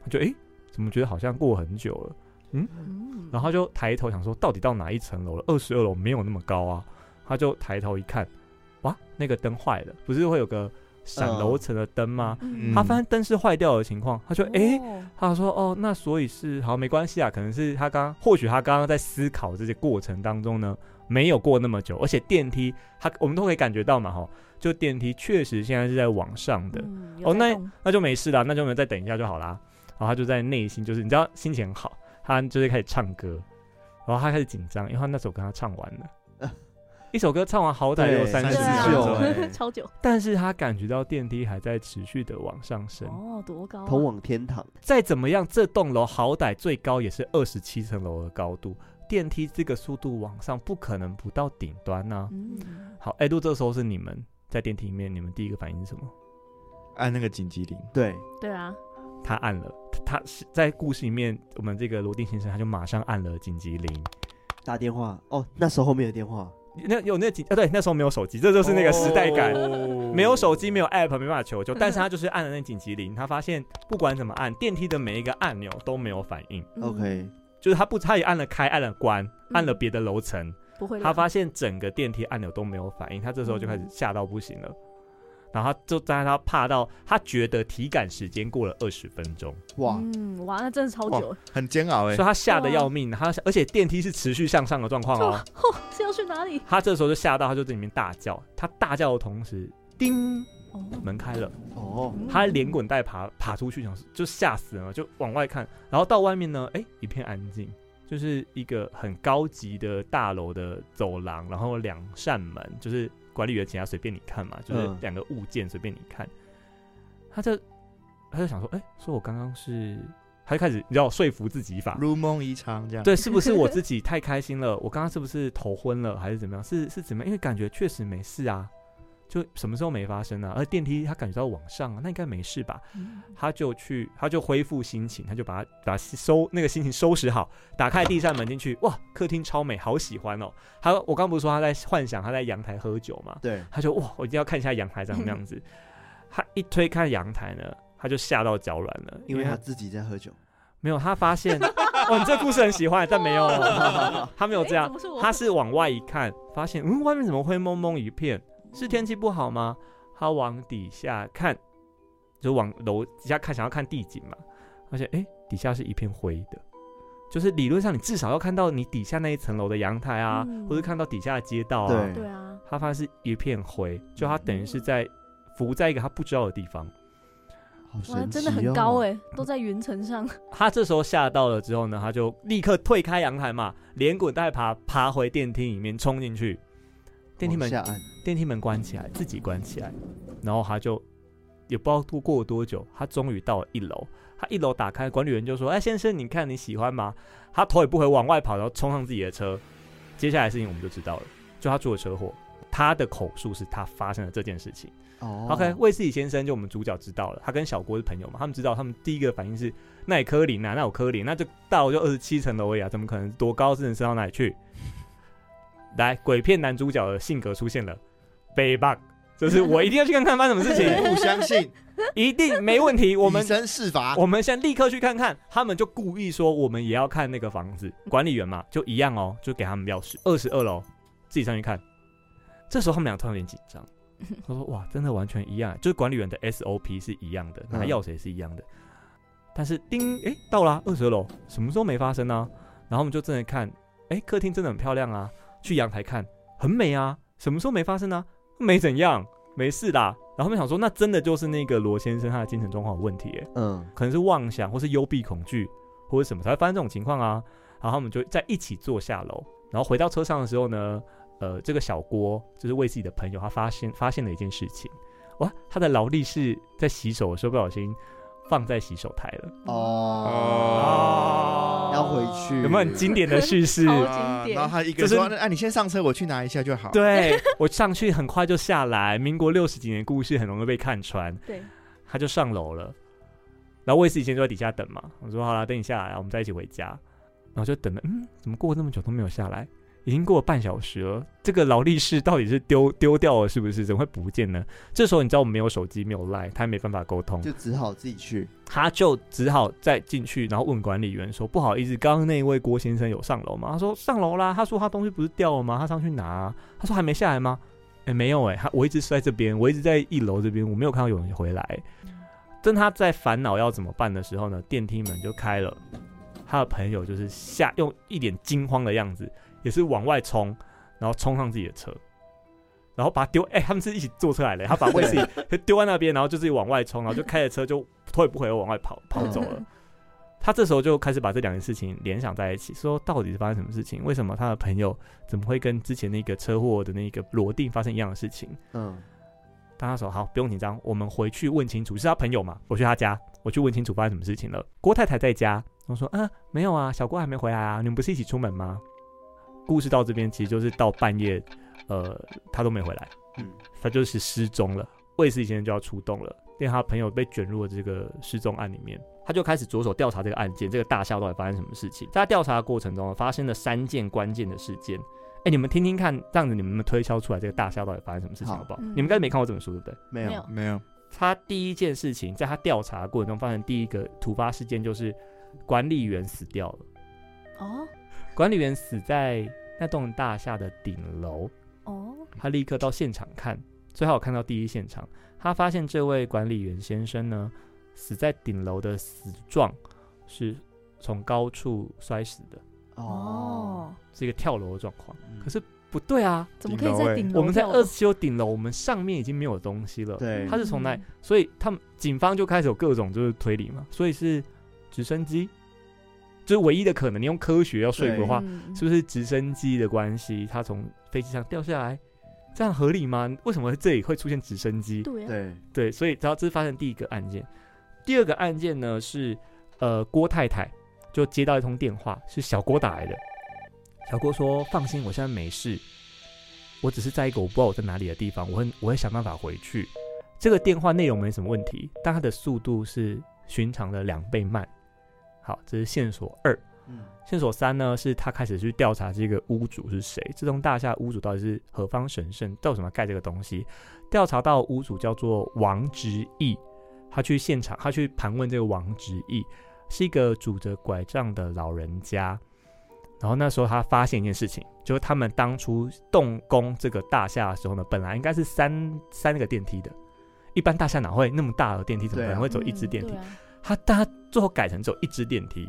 Speaker 3: 他就诶，怎么觉得好像过很久了？
Speaker 6: 嗯
Speaker 3: 然后他就抬头想说，到底到哪一层楼了？二十二楼没有那么高啊，他就抬头一看，哇，那个灯坏了，不是会有个闪
Speaker 4: 嗯
Speaker 3: 楼层的灯吗？
Speaker 5: 嗯
Speaker 3: 他发现灯是坏掉的情况，他就诶。
Speaker 6: 哦
Speaker 3: 他说：“哦，那所以是好，没关系啊，可能是他刚，或许他刚刚在思考这些过程当中呢，没有过那么久，而且电梯，他我们都可以感觉到嘛，哈，就电梯确实现在是在往上的，
Speaker 6: 嗯
Speaker 3: 哦
Speaker 6: 有在
Speaker 3: 那
Speaker 6: 动
Speaker 3: 那就没事啦，那就没有再等一下就好啦。然后他就在内心就是你知道心情很好，他就是开始唱歌，然后他开始紧张，因为他那首歌他唱完 了，一首歌唱完好歹也有
Speaker 4: 对
Speaker 3: 三
Speaker 5: 三
Speaker 3: 十
Speaker 5: 十
Speaker 6: 对啊
Speaker 3: 分
Speaker 5: 九
Speaker 3: 钟，
Speaker 5: 哎
Speaker 6: 超久
Speaker 3: 但是他感觉到电梯还在持续的往上 升。
Speaker 6: 哦，多高啊？
Speaker 4: 通往天堂。
Speaker 3: 再怎么样，这栋楼好歹最高也是二十七层楼的高度，电梯这个速度往上不可能不到顶端呐、
Speaker 6: 嗯，
Speaker 3: 好，哎，如果这时候是你们在电梯里面，你们第一个反应是什么？
Speaker 5: 按那个紧急铃，
Speaker 4: 对，
Speaker 6: 对啊，
Speaker 3: 他按了，他他是在故事里面，我们这个罗定先生他就马上按了紧急铃。
Speaker 4: 打电话哦，那时候没有电话，
Speaker 3: 那有那紧啊，对，那时候没有手机，这就是那个时代感。
Speaker 5: 哦
Speaker 3: 没有手机，没有 app，没办法求救，但是他就是按了那紧急铃，他发现不管怎么按，电梯的每一个按钮都没有反应，
Speaker 6: 嗯
Speaker 4: OK，
Speaker 3: 就是他不，他也按了开，按了关，按了别的楼层，
Speaker 6: 不会啦，
Speaker 3: 他发现整个电梯按钮都没有反应，他这时候就开始吓到不行了。然后他就在他怕到他觉得体感时间过了二十分钟，
Speaker 5: 哇，
Speaker 6: 嗯，哇，那真的超
Speaker 5: 哇
Speaker 6: 久，
Speaker 5: 很煎熬哎
Speaker 3: 所以，他吓得要命。他而且电梯是持续向上的状况
Speaker 6: 就
Speaker 4: 啊
Speaker 3: 哦，
Speaker 6: 哦 是要去哪里？
Speaker 3: 他这时候就吓到，他就在里面大叫。他大叫的同时，叮，
Speaker 6: 哦，
Speaker 3: 门开了，
Speaker 4: 哦，
Speaker 6: 嗯
Speaker 3: 他连滚带爬爬出去，想说就吓死了，就往外看。然后到外面呢，哎，一片安静，就是一个很高级的大楼的走廊，然后两扇门，就是管理员请他随便你看嘛，就是
Speaker 4: 嗯
Speaker 3: 两个物件随便你看。他就他就想说，哎，说我刚刚是，他就开始你知道说服自己法，
Speaker 5: 如梦一场 这样。
Speaker 3: 对，是不是我自己太开心了？我刚刚是不是头昏了，还是怎么样？是是怎么样？因为感觉确实没事啊，就什么时候没发生啊？而电梯他感觉到往上啊，那应该没事吧？
Speaker 6: 嗯
Speaker 3: 他就去，他就恢复心情，他就把把收那个心情收拾好，打开第一扇门进去，哇，客厅超美，好喜欢哦。他我刚不是说他在幻想他在阳台喝酒嘛，
Speaker 4: 对，
Speaker 3: 他就哇，我一定要看一下阳台长什么样子。他一推开阳台呢，他就吓到脚软了，
Speaker 4: 因为他自己在喝酒，
Speaker 3: 没有，他 发现，哦，你这故事很喜欢，但没有， 他没有这样
Speaker 6: 诶，怎么是我
Speaker 3: 他是往外一看，发现嗯，外面怎么会蒙蒙一片？是天气不好吗？他往底下看，就往楼底下看，想要看地景嘛。发现哎，诶底下是一片灰的，就是理论上你至少要看到你底下那一层楼的阳台啊，
Speaker 6: 嗯
Speaker 3: 或者看到底下的街道啊。
Speaker 4: 对
Speaker 6: 对啊，
Speaker 3: 他发现是一片灰，就他等于是在浮在一个他不知道的地方。
Speaker 4: 好神奇、
Speaker 6: 哇，
Speaker 4: 哦、
Speaker 6: 真的很高哎、都在云层上，
Speaker 3: 他这时候吓到了之后呢，他就立刻退开阳台嘛，连滚带爬爬回电梯里面，冲进去。电梯门
Speaker 4: 往下按，
Speaker 3: 电梯门关起来，自己关起来，然后他就也不知道过过了多久，他终于到了一楼。他一楼打开，管理员就说：“哎，先生，你看你喜欢吗？”他头也不回往外跑，然后冲上自己的车。接下来的事情我们就知道了，就他出了车祸。他的口述是他发生了这件事情。
Speaker 4: 哦
Speaker 3: OK，卫斯理先生就我们主角知道了，他跟小郭是朋友嘛，他们知道，他们第一个反应是那也柯林啊，那有柯林，那就大楼就二十七层楼而已啊，怎么可能多高是能升到哪里去？ 来，鬼片男主角的性格出现了，北棒，就是我一定要去看看发生什么事情，
Speaker 5: 不相信，
Speaker 3: 一定没问 题，我们
Speaker 5: 以身试法，
Speaker 3: 我们先立刻去看看，他们就故意说我们也要看那个房子，管理员嘛就一样哦，就给他们钥匙，二十二楼自己上去看。这时候他们俩突然有点紧张，他说：“哇，真的完全一样，就是管理员的 SOP 是一样的，拿
Speaker 4: 嗯
Speaker 3: 钥匙也是一样的。但是叮，哎，到了二十二楼，什么时候没发生呢、啊然后我们就真的看，哎，客厅真的很漂亮啊，去阳台看很美啊，什么时候没发生呢、没怎样，没事啦。然后他们想说，那真的就是那个罗先生他的精神状况有问题、耶。
Speaker 4: 嗯，
Speaker 3: 可能是妄想或是幽闭恐惧或者什么才会发生这种情况啊。然后他们就在一起坐下楼，然后回到车上的时候呢，呃，这个小郭就是为自己的朋友，他发现发现了一件事情，哇，他的劳力士在洗手的时候不小心放在洗手台了，哦
Speaker 4: 哦，要回
Speaker 6: 嗯
Speaker 4: 去，
Speaker 3: 有没有很经典的 叙事？
Speaker 6: 好
Speaker 5: 啊
Speaker 6: 经典
Speaker 5: 然后他一个人说：“
Speaker 3: 就
Speaker 5: 那、啊、你先上车，我去拿一下就好。”，
Speaker 3: 对我上去很快就下来，民国六十几年故事很容易被看穿，
Speaker 6: 对，
Speaker 3: 他就上楼了。然后我也是以前就在底下等嘛，我说好啦，等你下来，我们再一起回家。然后就等了，嗯，怎么过了那么久都没有下来？已经过了半小时了，这个劳力士到底是丢丢掉了是不是？怎么会不见呢？这时候你知道我们没有手机，没有 line，他也没办法沟通，
Speaker 4: 就只好自己去。
Speaker 3: 他就只好再进去，然后问管理员说：“不好意思，刚刚那一位郭先生有上楼吗？”他说：“上楼啦。”他说：“他东西不是掉了吗？他上去拿、啊他说：“还没下来吗？”哎，没有哎、他我一直是在这边，我一直在一楼这边，我没有看到有人回来。正他在烦恼要怎么办的时候呢，电梯门就开了，他的朋友就是下用一脸惊慌的样子，也是往外冲，然后冲上自己的车。然后把他丢哎、他们是一起坐车来的，他把卫士就 丢在那边，然后就自己往外冲，然后就开着车就头也不回地往外跑跑走了。他这时候就开始把这两件事情联想在一起，说到底是发生什么事情？为什么他的朋友怎么会跟之前那个车祸的那个罗定发生一样的事情？
Speaker 4: 嗯，
Speaker 3: 大家说好，不用紧张，我们回去问清楚，是他朋友嘛？我去他家，我去问清楚发生什么事情了。郭太太在家，我说啊，没有啊，小郭还没回来啊，你们不是一起出门吗？故事到这边其实就是到半夜，呃，他都没回来，
Speaker 4: 嗯
Speaker 3: 他就是失踪了。卫斯理先生就要出动了，因为他朋友被卷入了这个失踪案里面，他就开始着手调查这个案件，这个大厦到底发生什么事情。在他调查的过程中呢，发生了三件关键的事件。哎，你们听听看，这样子你们推敲出来这个大厦到底发生什么事情
Speaker 4: 好
Speaker 3: 好不好？
Speaker 6: 嗯
Speaker 3: 你们应该没看过这本书，对不对？
Speaker 4: 没有，
Speaker 6: 没有
Speaker 5: 没有，啊
Speaker 3: 他第一件事情，在他调查过程中发生第一个突发事件就是管理员死掉了。
Speaker 6: 哦
Speaker 3: 管理员死在那栋大厦的顶楼，
Speaker 6: 哦，
Speaker 3: 他立刻到现场看，最好看到第一现场。他发现这位管理员先生呢，死在顶楼的死状是从高处摔死的，
Speaker 4: 哦，
Speaker 3: 是一个跳楼的状况。
Speaker 4: 嗯
Speaker 3: 可是不对啊，
Speaker 6: 怎么可以在顶楼？
Speaker 3: 我们在二十，七楼顶楼，我们上面已经没有东西了。
Speaker 4: 对
Speaker 3: 他是从那
Speaker 6: 嗯，
Speaker 3: 所以他们警方就开始有各种就是推理嘛，所以是直升机，就是唯一的可能。你用科学要说服的话，
Speaker 6: 嗯
Speaker 3: 是不是直升机的关系，它从飞机上掉下来，这样合理吗？为什么这里会出现直升机？
Speaker 6: 对啊，
Speaker 4: 对，
Speaker 3: 对，所以然后这是发生第一个案件，第二个案件呢是呃郭太太就接到一通电话，是小郭打来的，小郭说放心，我现在没事，我只是在一个我不知道我在哪里的地方，我会我会想办法回去。这个电话内容没什么问题，但它的速度是寻常的两倍慢。好，这是线索二。
Speaker 4: 嗯，
Speaker 3: 线索三呢，是他开始去调查这个屋主是谁，这栋大厦屋主到底是何方神圣，到底为什么要盖这个东西？调查到屋主叫做王直义，他去现场，他去盘问这个王直义。是一个拄着拐杖的老人家。然后那时候他发现一件事情，就是他们当初动工这个大厦的时候呢，本来应该是三三个电梯的，一般大厦哪会那么大的电梯，怎么可
Speaker 4: 对
Speaker 3: 能
Speaker 4: 啊
Speaker 3: 会走一只电梯？
Speaker 6: 嗯对啊
Speaker 3: 他但他最后改成只有一只电梯，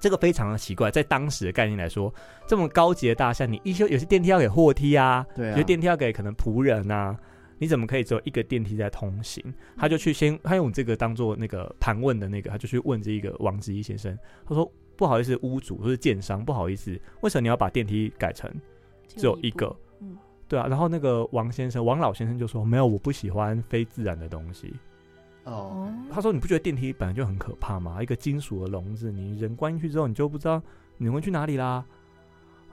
Speaker 3: 这个非常的奇怪。在当时的概念来说，这么高级的大厦，你一修有些电梯要给货梯啊，
Speaker 4: 对
Speaker 3: 有
Speaker 4: 啊
Speaker 3: 些，电梯要给可能仆人啊，你怎么可以只有一个电梯在通行？他就去先，他用这个当做那个盘问的那个，他就去问这一个王子义先生，他说。不好意思，屋主或是建商，不好意思，为什么你要把电梯改成只有一
Speaker 6: 部
Speaker 3: 个？
Speaker 6: 嗯
Speaker 3: 对啊，然后那个王先生、王老先生就说：“没有，我不喜欢非自然的东西。”
Speaker 4: 哦，
Speaker 6: 哦，
Speaker 3: 他说：“你不觉得电梯本来就很可怕吗？一个金属的笼子，你人关进去之后，你就不知道你会去哪里啦。”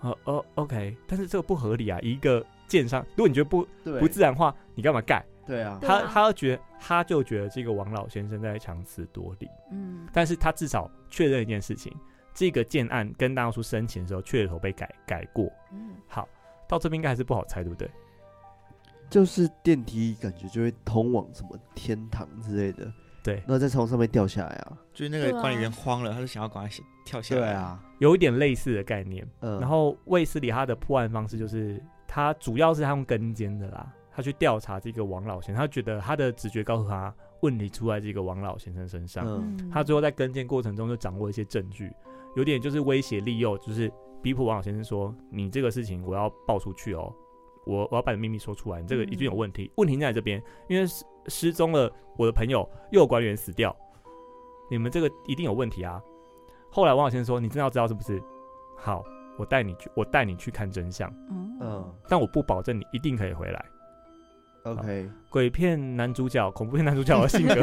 Speaker 3: 呃哦，OK，但是这个不合理啊！一个建商，如果你觉得不
Speaker 4: 对，
Speaker 3: 不自然化，你干嘛盖？
Speaker 4: 对啊，
Speaker 6: 对
Speaker 3: 他
Speaker 6: 啊
Speaker 3: 他要觉得他就觉得这个王老先生在强词夺理，
Speaker 6: 嗯，
Speaker 3: 但是他至少确认一件事情：这个建案跟当初申请的时候确实有被改改过。
Speaker 6: 嗯
Speaker 3: 好，到这边应该还是不好猜，对不对？
Speaker 4: 就是电梯感觉就会通往什么天堂之类的，
Speaker 3: 对
Speaker 4: 然，后再从上面掉下来啊，
Speaker 5: 就是那个
Speaker 6: 对啊
Speaker 5: 管理员慌了，他就想要赶快下跳下
Speaker 4: 对
Speaker 5: 来。，
Speaker 4: 啊，
Speaker 3: 有一点类似的概念。
Speaker 4: 嗯，
Speaker 3: 然后卫斯理他的破案方式就是，他主要是他用跟监的啦，他去调查这个王老先生，他觉得他的直觉告诉他问题出在这个王老先生身上，
Speaker 4: 嗯，
Speaker 3: 他最后在跟监过程中就掌握一些证据，有点就是威胁利诱，就是逼迫王老先生说：“你这个事情我要爆出去哦，我我要把你秘密说出来，你这个一定有问题，问题在这边，因为失失踪了我的朋友，又有管理员死掉，你们这个一定有问题啊。”后来王老先生说：“你真的要知道是不是？好，我带你去，我带你去看真相，
Speaker 6: 嗯
Speaker 4: 嗯
Speaker 3: 但我不保证你一定可以回来。”
Speaker 4: ，OK，
Speaker 3: 鬼片男主角、恐怖片男主角的性格，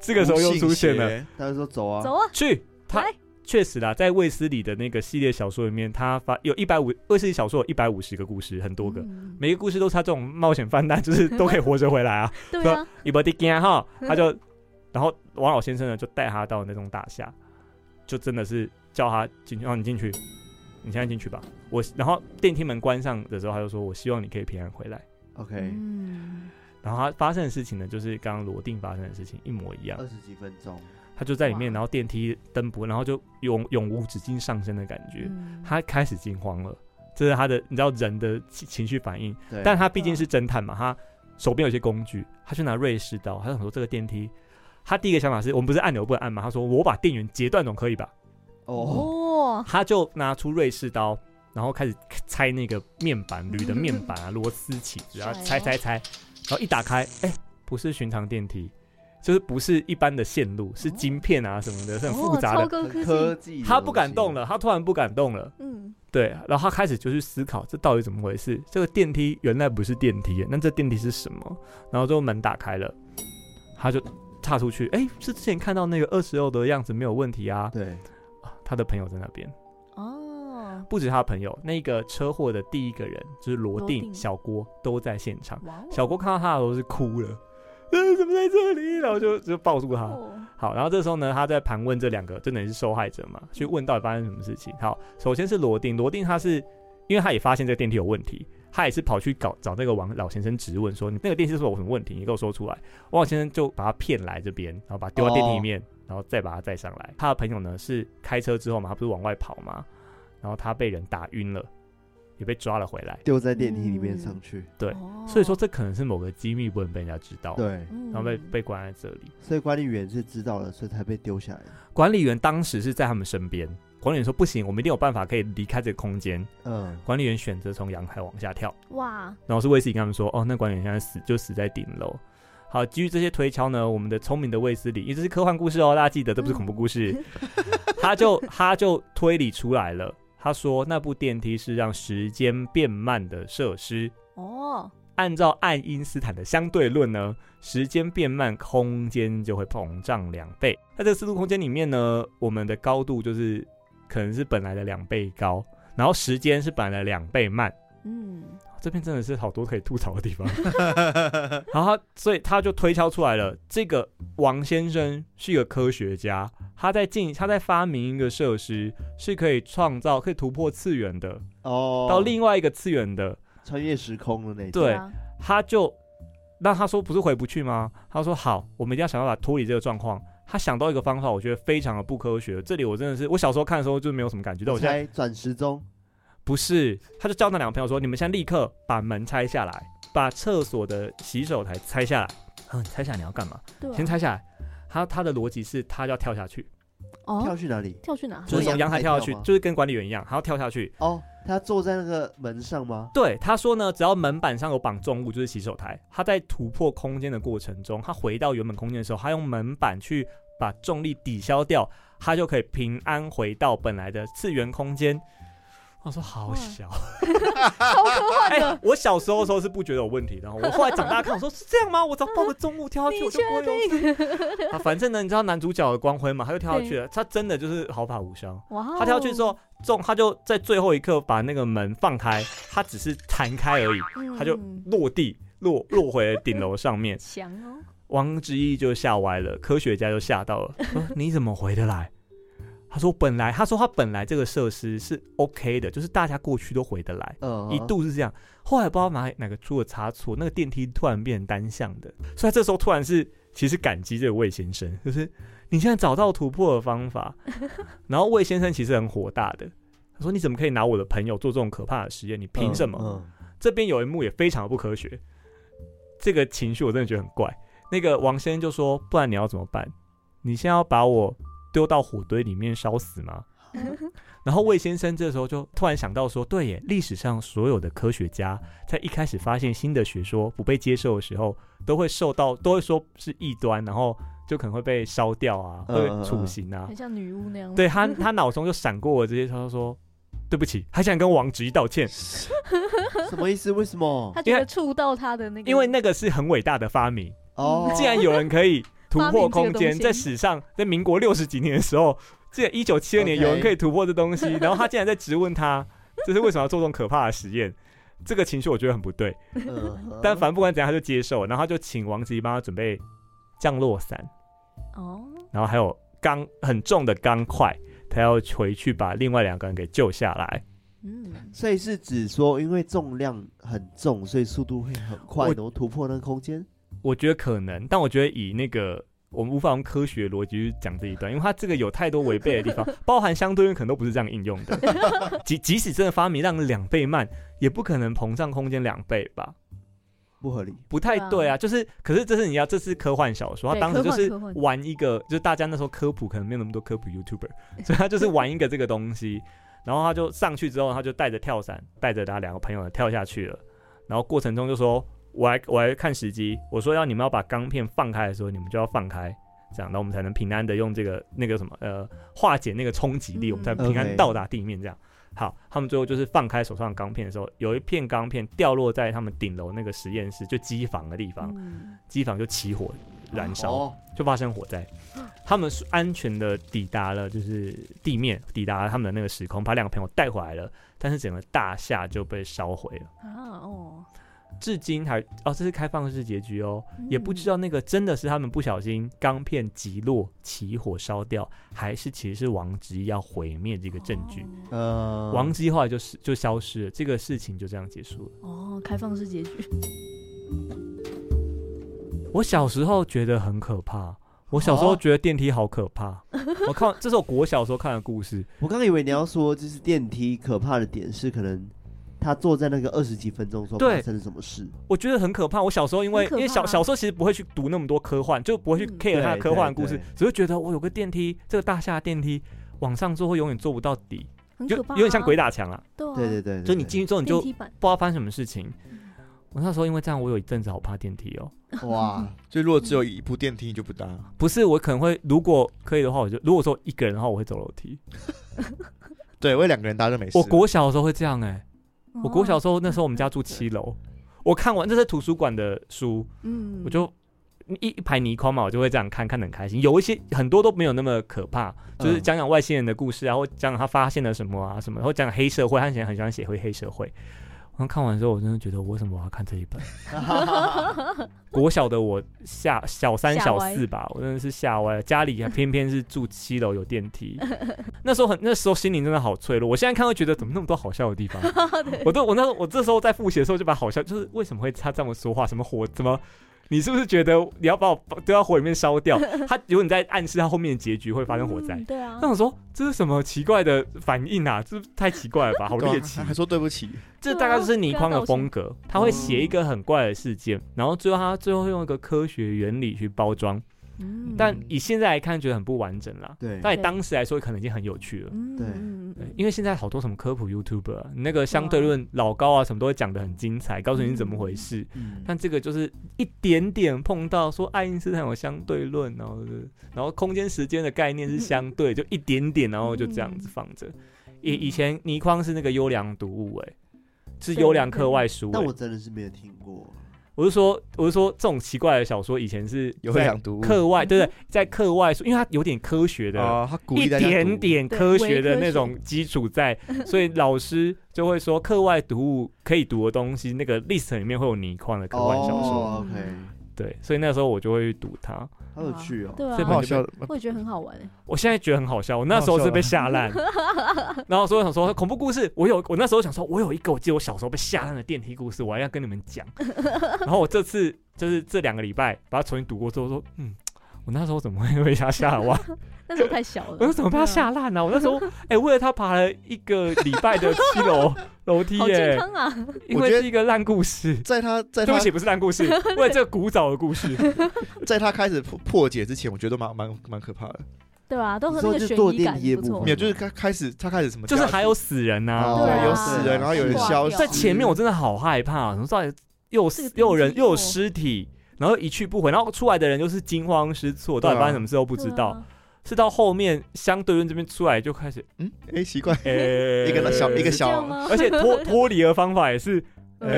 Speaker 3: 这个时候又出现 了。
Speaker 5: 了。
Speaker 4: 他就说走啊，
Speaker 6: 走啊，
Speaker 3: 去，他
Speaker 6: 来
Speaker 3: 确实啦，在卫斯理的那个系列小说里面，他发有一百五卫斯理小说有一百五十个故事，很多个，
Speaker 6: 嗯
Speaker 3: 每个故事都是他这种冒险翻蛋，就是都可以活着回来啊。
Speaker 6: 对
Speaker 3: 说
Speaker 6: 啊，
Speaker 3: 伊伯迪干哈，他就，然后王老先生呢就带他到那栋大厦，就真的是叫他进去，哦让、你进去，你现在进去吧。我然后电梯门关上的时候，他就说：“我希望你可以平安回来。
Speaker 4: ，OK，
Speaker 6: 嗯，”
Speaker 3: 然后他发生的事情呢，就是刚刚罗定发生的事情一模一样
Speaker 4: 二。十几分钟，
Speaker 3: 他就在里面，
Speaker 6: 哇
Speaker 3: 然后电梯灯不，然后就永永无止境上升的感觉。
Speaker 6: 嗯
Speaker 3: 他开始惊慌了，这是他的，你知道人的情情绪反应。
Speaker 4: 对，
Speaker 3: 但他毕竟是侦探嘛，他手边有些工具，他去拿瑞士刀，他想说这个电梯，他第一个想法是我们不是按钮不能按嘛，他说我把电源截断总可以吧？
Speaker 4: 哦，
Speaker 6: 哦，
Speaker 3: 他就拿出瑞士刀，然后开始拆那个面板，铝的面板啊，螺丝起子啊，
Speaker 6: 帅哦
Speaker 3: 拆拆拆，然后一打开，哎、不是寻常电梯，就是不是一般的线路，是晶片啊什么的，是很复
Speaker 6: 哦
Speaker 3: 杂的
Speaker 6: 超。高
Speaker 4: 很
Speaker 6: 科
Speaker 4: 科
Speaker 6: 技，
Speaker 4: 技，
Speaker 3: 他不敢动，了，他突然不敢动了。
Speaker 6: 嗯，
Speaker 3: 对，然后他开始就去思考这到底怎么回事？这个电梯原来不是电梯耶，啊那这电梯是什么？然后最后门打开了，他就踏出去，哎，是之前看到那个二十六的样子没有问题啊。
Speaker 4: 对，
Speaker 3: 啊他的朋友在那边，
Speaker 6: 哦，
Speaker 3: 不止他朋友，那个车祸的第一个人就是罗
Speaker 6: 罗
Speaker 3: 定、
Speaker 6: 定
Speaker 3: 小郭都在现场。
Speaker 6: 哇哦，
Speaker 3: 啊小郭看到他的时候是哭了，呃，怎么在这里？然后就就抱住他。
Speaker 6: 哦
Speaker 3: 好，然后这时候呢，他在盘问这两个真的是受害者嘛，去问到底发生什么事情。好，首先是罗定，罗定他是因为他也发现这个电梯有问题，他也是跑去搞找那个王老先生质问说，你那个电梯是不是有什么问题？你给我说出来。王老先生就把他骗来这边，然后把他丢到电梯里面，然后再把他载上来。他的朋友呢是开车之后嘛，他不是往外跑嘛，然后他被人打晕了，也被抓了回来。
Speaker 4: 丢在电梯里面
Speaker 6: 嗯
Speaker 4: 上去，
Speaker 3: 对所以说，这可能是某个机密不能被人家知道，
Speaker 4: 对，
Speaker 6: 哦嗯
Speaker 3: 然后被被关在这里。
Speaker 4: 所以管理员是知道了，所以才被丢下来，
Speaker 3: 管理员当时是在他们身边，管理员说不行，我们一定有办法可以离开这个空间。
Speaker 4: 嗯，
Speaker 3: 管理员选择从阳台往下跳，
Speaker 6: 哇，
Speaker 3: 然后是卫斯理跟他们说，哦，那管理员现在死就死在顶楼。好，基于这些推敲呢，我们的聪明的卫斯理，因为这是科幻故事哦，大家记得这不是恐怖故事，他就他就推理出来了。他说那部电梯是让时间变慢的设施。
Speaker 6: 哦，
Speaker 3: 按照爱因斯坦的相对论呢，时间变慢，空间就会膨胀两倍。在这个四度空间里面呢，我们的高度就是可能是本来的两倍高，然后时间是本来的两倍慢。
Speaker 6: 嗯，
Speaker 3: 这边真的是好多可以吐槽的地方。然后他，所以他就推敲出来了，这个王先生是一个科学家，他在进他在发明一个设施，是可以创造可以突破次元的，
Speaker 4: 哦，
Speaker 3: 到另外一个次元的。
Speaker 4: 穿越时空的那种，
Speaker 3: 对
Speaker 6: 啊
Speaker 3: 他就那他说不是回不去吗？他说好，我们一定要想办法脱离这个状况。他想到一个方法，我觉得非常的不科学。这里我真的是，我小时候看的时候就没有什么感觉，但我
Speaker 4: 我
Speaker 3: 现在
Speaker 4: 猜转时钟，
Speaker 3: 不是，他就叫那两个朋友说：“你们现在立刻把门拆下来，把厕所的洗手台拆下来。”啊，你拆下来你要干嘛？
Speaker 6: 对啊
Speaker 3: 先拆下来。他他的逻辑是，他要跳下去，
Speaker 4: 跳
Speaker 6: 哦，
Speaker 4: 去哪里？
Speaker 6: 跳去哪？
Speaker 3: 就是从阳台跳下去
Speaker 4: 阳台跳，吗
Speaker 3: 就是跟管理员一样，他要跳下去。
Speaker 4: 哦，他坐在那个门上吗？
Speaker 3: 对，他说呢，只要门板上有绑重物，就是洗手台。他在突破空间的过程中，他回到原本空间的时候，他用门板去把重力抵消掉，他就可以平安回到本来的次元空间。我说好
Speaker 6: 哇
Speaker 3: 小，
Speaker 6: 超科幻
Speaker 3: 哎、
Speaker 6: 的，
Speaker 3: 我小时候的时候是不觉得有问题的，我后来长大看，我说是这样吗？我只要抱个重物跳下去，我
Speaker 6: 你
Speaker 3: 就不会有
Speaker 6: 确定？
Speaker 3: 事啊。反正呢，你知道男主角的光辉嘛，他就跳下去了，他真的就是毫发无伤。
Speaker 6: 哇哦，
Speaker 3: 他跳下去之后，重他就在最后一刻把那个门放开，他只是弹开而已，
Speaker 6: 嗯，
Speaker 3: 他就落地落落回了顶楼上面。
Speaker 6: 强哦，
Speaker 3: 汪之一就吓歪了，科学家就吓到了，说你怎么回得来？他说本来他说他本来这个设施是 OK 的，就是大家过去都回得来。
Speaker 4: 嗯，
Speaker 3: 一度是这样，后来不知道哪哪个出了差错，那个电梯突然变单向的，所以他这时候突然是其实感激这个魏先生，就是你现在找到突破的方 法。然后魏先生其实很火大的，他说你怎么可以拿我的朋友做这种可怕的实验？你凭什么？
Speaker 4: 嗯，
Speaker 3: 这边有一幕也非常的不科学，这个情绪我真的觉得很怪。那个王先生就说：“不然你要怎么办？你现在要把我丢到火堆里面烧死吗？” 然后魏先生这时候就突然想到说：“对耶，历史上所有的科学家在一开始发现新的学说不被接受的时候，都会受到都会说是异端，然后就可能会被烧掉啊，
Speaker 4: 嗯嗯
Speaker 3: 会
Speaker 4: 嗯
Speaker 3: 处刑啊。
Speaker 6: 很像女巫那样。
Speaker 3: 对他，他脑中就闪过了这些，他就说：“对不起，还想跟王直一道歉。”
Speaker 4: 什么意思？为什 么
Speaker 6: 他？觉
Speaker 3: 因为
Speaker 6: 得触到他的那个，
Speaker 3: 因为那个是很伟大的发明。
Speaker 4: 哦，
Speaker 3: 既然有人可以突破
Speaker 6: 发
Speaker 3: 空
Speaker 6: 明这个东
Speaker 3: 间，
Speaker 6: 西
Speaker 3: 在史上，在民国六十几年的时候，这一九七二年
Speaker 4: OK
Speaker 3: 有人可以突破这东西，然后他竟然在质问他，这是为什么要做这种可怕的实验？这个情绪我觉得很不对，
Speaker 6: 哦
Speaker 4: 嗯
Speaker 3: 但反正不管怎样，他就接受，然后他就请王子怡帮他准备降落伞，
Speaker 6: 哦，
Speaker 3: 然后还有钢很重的钢块，他要回去把另外两个人给救下来。
Speaker 6: 嗯，
Speaker 4: 呃所以是指说，因为重量很重，所以速度会很快，
Speaker 3: 我
Speaker 4: 然后突破那个空间。
Speaker 3: 我觉得可能，但我觉得以那个我们无法用科学逻辑去讲这一段，因为它这个有太多违背的地方，包含相对论可能都不是这样应用的。即即使真的发明让两倍慢，也不可能膨胀空间两倍吧？
Speaker 4: 不合理。
Speaker 3: 不太对
Speaker 6: 对
Speaker 3: 啊。
Speaker 6: 啊
Speaker 3: 就是，可是这是你要，这是科幻小说，他
Speaker 6: 对
Speaker 3: 当时就是
Speaker 6: 科幻科幻
Speaker 3: 玩一个，就是大家那时候科普可能没有那么多科普 YouTuber，所以他就是玩一个这个东西，然后他就上去之后，他就带着跳伞，带着他两个朋友跳下去了，然后过程中就说，我来我来看时机，我说要你们要把钢片放开的时候，你们就要放开。这样，然后我们才能平安的用这个那个什么呃化解那个冲击力，
Speaker 6: 嗯
Speaker 3: 我们才平
Speaker 4: OK
Speaker 3: 安到达地面。这样，好，他们最后就是放开手上的钢片的时候，有一片钢片掉落在他们顶楼那个实验室，就机房的地方，
Speaker 6: 嗯
Speaker 3: 机房就起火燃烧。
Speaker 4: 哦，
Speaker 3: 就发生火灾。他们是安全的抵达了，就是地面，抵达了他们的那个时空，把两个朋友带回来了。但是整个大厦就被烧毁了，
Speaker 6: 啊哦，
Speaker 3: 至今还哦，这是开放式结局哦，
Speaker 6: 嗯
Speaker 3: 也不知道那个真的是他们不小心钢片击落起火烧掉，还是其实是王直一要毁灭这个证据。
Speaker 6: 嗯
Speaker 4: 呃，
Speaker 3: 王直一后来就是就消失了，这个事情就这样结束了。
Speaker 6: 哦，哦开放式结局，
Speaker 3: 我小时候觉得很可怕，我小时候
Speaker 4: 哦
Speaker 3: 觉得电梯好可怕。
Speaker 6: 哦
Speaker 3: 我看 这是我国小时候看的故事，
Speaker 4: 我刚以为你要说，就是电梯可怕的点是可能。他坐在那个二十几分钟的时候
Speaker 3: 对
Speaker 4: 发生了什么事？
Speaker 3: 我觉得很可怕。我小时候因为
Speaker 6: 很可怕
Speaker 3: 因为小小时候其实不会去读那么多科幻，就不会去
Speaker 6: 嗯
Speaker 3: care 它的
Speaker 4: 对
Speaker 3: 科幻
Speaker 4: 对
Speaker 3: 故事
Speaker 4: 对，
Speaker 3: 只会觉得我有个电梯，这个大厦电梯往上坐会永远坐不到底，
Speaker 6: 很
Speaker 3: 就
Speaker 6: 可怕啊，
Speaker 3: 有点像鬼打墙啊。
Speaker 6: 对啊
Speaker 4: 对对对，对
Speaker 3: 就你进去之后你
Speaker 6: 电
Speaker 3: 就不
Speaker 6: 梯
Speaker 3: 知
Speaker 6: 版，
Speaker 3: 道发生什么事情。我那时候因为这样，我有一阵子好怕电梯哦。
Speaker 4: 对哇，
Speaker 5: 就如果只有一部电梯，你就不搭。
Speaker 3: 不是，我可能会如果可以的话，我就如果说一个人的话，我会走楼梯。
Speaker 5: 对，我两个人搭就没事。
Speaker 3: 我国小的时候会这样哎、我国小
Speaker 6: 哦
Speaker 3: 时候那时候我们家住七楼，我看完这是图书馆的书，
Speaker 6: 嗯，
Speaker 3: 我就一一排泥筐嘛，我就会这样看看得很开心。有一些很多都没有那么可怕，就是
Speaker 4: 嗯
Speaker 3: 讲讲外星人的故事啊，或讲讲他发现了什么啊什么，或讲讲黑社会。他以前很喜欢写会黑社会。然后看完之后，我真的觉得，为什么我要看这一本？国小的我下小三
Speaker 6: 吓
Speaker 3: 小
Speaker 6: 歪
Speaker 3: 四吧，我真的是吓歪了。家里还偏偏是住七楼有电梯， 那时候很那时候心灵真的好脆弱。我现在看会觉得怎么那么多好笑的地方？ 我都我那时候我这时候在复习的时候就把好笑，就是为什么会他这么说话，什么火怎么你是不是觉得你要把我丢到火里面 烧掉？他有点在暗示他后面的结局会发生火灾。
Speaker 6: 嗯对啊
Speaker 3: 那，我说这是什么奇怪的反应啊？这太奇怪了吧，好
Speaker 5: 对啊
Speaker 3: 猎奇
Speaker 5: 还！还说对不起，
Speaker 3: 这大概就是倪匡的风格，他会写一个很怪的事件，然后最后他最后会用一个科学原理去包装，
Speaker 6: 嗯
Speaker 3: 但以现在来看觉得很不完整啦。
Speaker 4: 对，
Speaker 3: 但以当时来说，可能已经很有趣了。
Speaker 6: 嗯
Speaker 4: 对
Speaker 6: 嗯
Speaker 3: 对因为现在好多什么科普 YouTuber，、啊、那个相对论老高啊，什么都会讲的很精彩，告诉你是怎么回事。
Speaker 4: 嗯
Speaker 3: 但这个就是一点点碰到说爱因斯坦有相对论，然后是然后空间时间的概念是相对，就一点点，然后就这样子放着。以以前倪匡是那个优良读物、哎，是
Speaker 6: 对
Speaker 3: 优良课外书、
Speaker 4: 但
Speaker 3: 哎
Speaker 4: 我真的是没有听过，
Speaker 3: 我是说，我是说这种奇怪的小说以前是
Speaker 5: 有
Speaker 3: 在
Speaker 5: 两读物
Speaker 3: 课哦外，对对，在课外书，因为它有点科学的
Speaker 5: 啊，他鼓
Speaker 3: 一
Speaker 5: 励大家读
Speaker 3: 点点
Speaker 6: 对
Speaker 3: 科
Speaker 6: 微
Speaker 3: 学的
Speaker 6: 科
Speaker 3: 那
Speaker 6: 学
Speaker 3: 种基础在，所 以老师就会说课外读物可以读的东西，那个 list 里面会有倪匡的科幻小说，
Speaker 4: 哦，OK，
Speaker 3: 对，所以那时候我就会去读它。
Speaker 4: 好有趣哦，
Speaker 6: 对
Speaker 5: 蛮
Speaker 3: 所
Speaker 6: 啊
Speaker 3: 以，
Speaker 5: 好笑的。
Speaker 6: 我也觉得很好玩欸
Speaker 3: 我现在觉得很好笑，我那时候是被吓 烂，然后所以我想说恐怖故事，我有我那时候想说，我有一个我记得我小时候被吓烂的电梯故事，我还要跟你们 讲。然后我这次就是这两个礼拜把它重新读过之后，我说嗯，我那时候怎么会被他吓完？
Speaker 6: 那时候太 小了，
Speaker 3: 我说怎么被
Speaker 6: 对
Speaker 3: 他
Speaker 6: 啊
Speaker 3: 吓烂呢？我那时候哎、为了他爬了一个礼拜的七 楼楼梯
Speaker 6: 好健
Speaker 3: 耶、
Speaker 6: 康啊！
Speaker 3: 因
Speaker 5: 我
Speaker 3: 为
Speaker 5: 觉得
Speaker 3: 是一个烂故事。
Speaker 5: 在他在
Speaker 3: 对
Speaker 5: 他
Speaker 3: 不起，不是 烂故事，为了这个古早的故事，
Speaker 5: 在他开始破破解之前，我觉得都蛮蛮蛮可怕的。
Speaker 6: 对啊，都
Speaker 4: 你
Speaker 6: 很
Speaker 4: 说
Speaker 6: 那个
Speaker 4: 就
Speaker 6: 悬
Speaker 4: 坐
Speaker 6: 疑
Speaker 4: 电
Speaker 6: 感
Speaker 4: 梯的
Speaker 6: 不
Speaker 4: 部
Speaker 6: 错
Speaker 5: 没。有，就是他开始他开始什么家
Speaker 3: 哦就
Speaker 5: 族，
Speaker 3: 是还有死人呐、
Speaker 5: 哦
Speaker 6: 对啊
Speaker 5: 有死人，然后有人
Speaker 6: 挂
Speaker 5: 消
Speaker 6: 掉
Speaker 5: 失
Speaker 3: 在前面我真的好害怕，然后到底又有死
Speaker 6: 这个
Speaker 3: 又有
Speaker 6: 东
Speaker 3: 人
Speaker 6: 西
Speaker 3: 又有
Speaker 6: 哦
Speaker 3: 尸体，然后一去不回，然后出来的人又是惊慌失措，到底
Speaker 5: 对啊
Speaker 3: 发生什么事都不
Speaker 6: 不
Speaker 3: 知道。是到后面相对论这边出来就 开始，
Speaker 5: 嗯，哎，奇怪，
Speaker 3: 诶、
Speaker 5: 一个小一个
Speaker 6: 是这
Speaker 5: 小
Speaker 6: 样，吗？
Speaker 3: 而且 脱脱离的方法也是，诶、
Speaker 4: 哎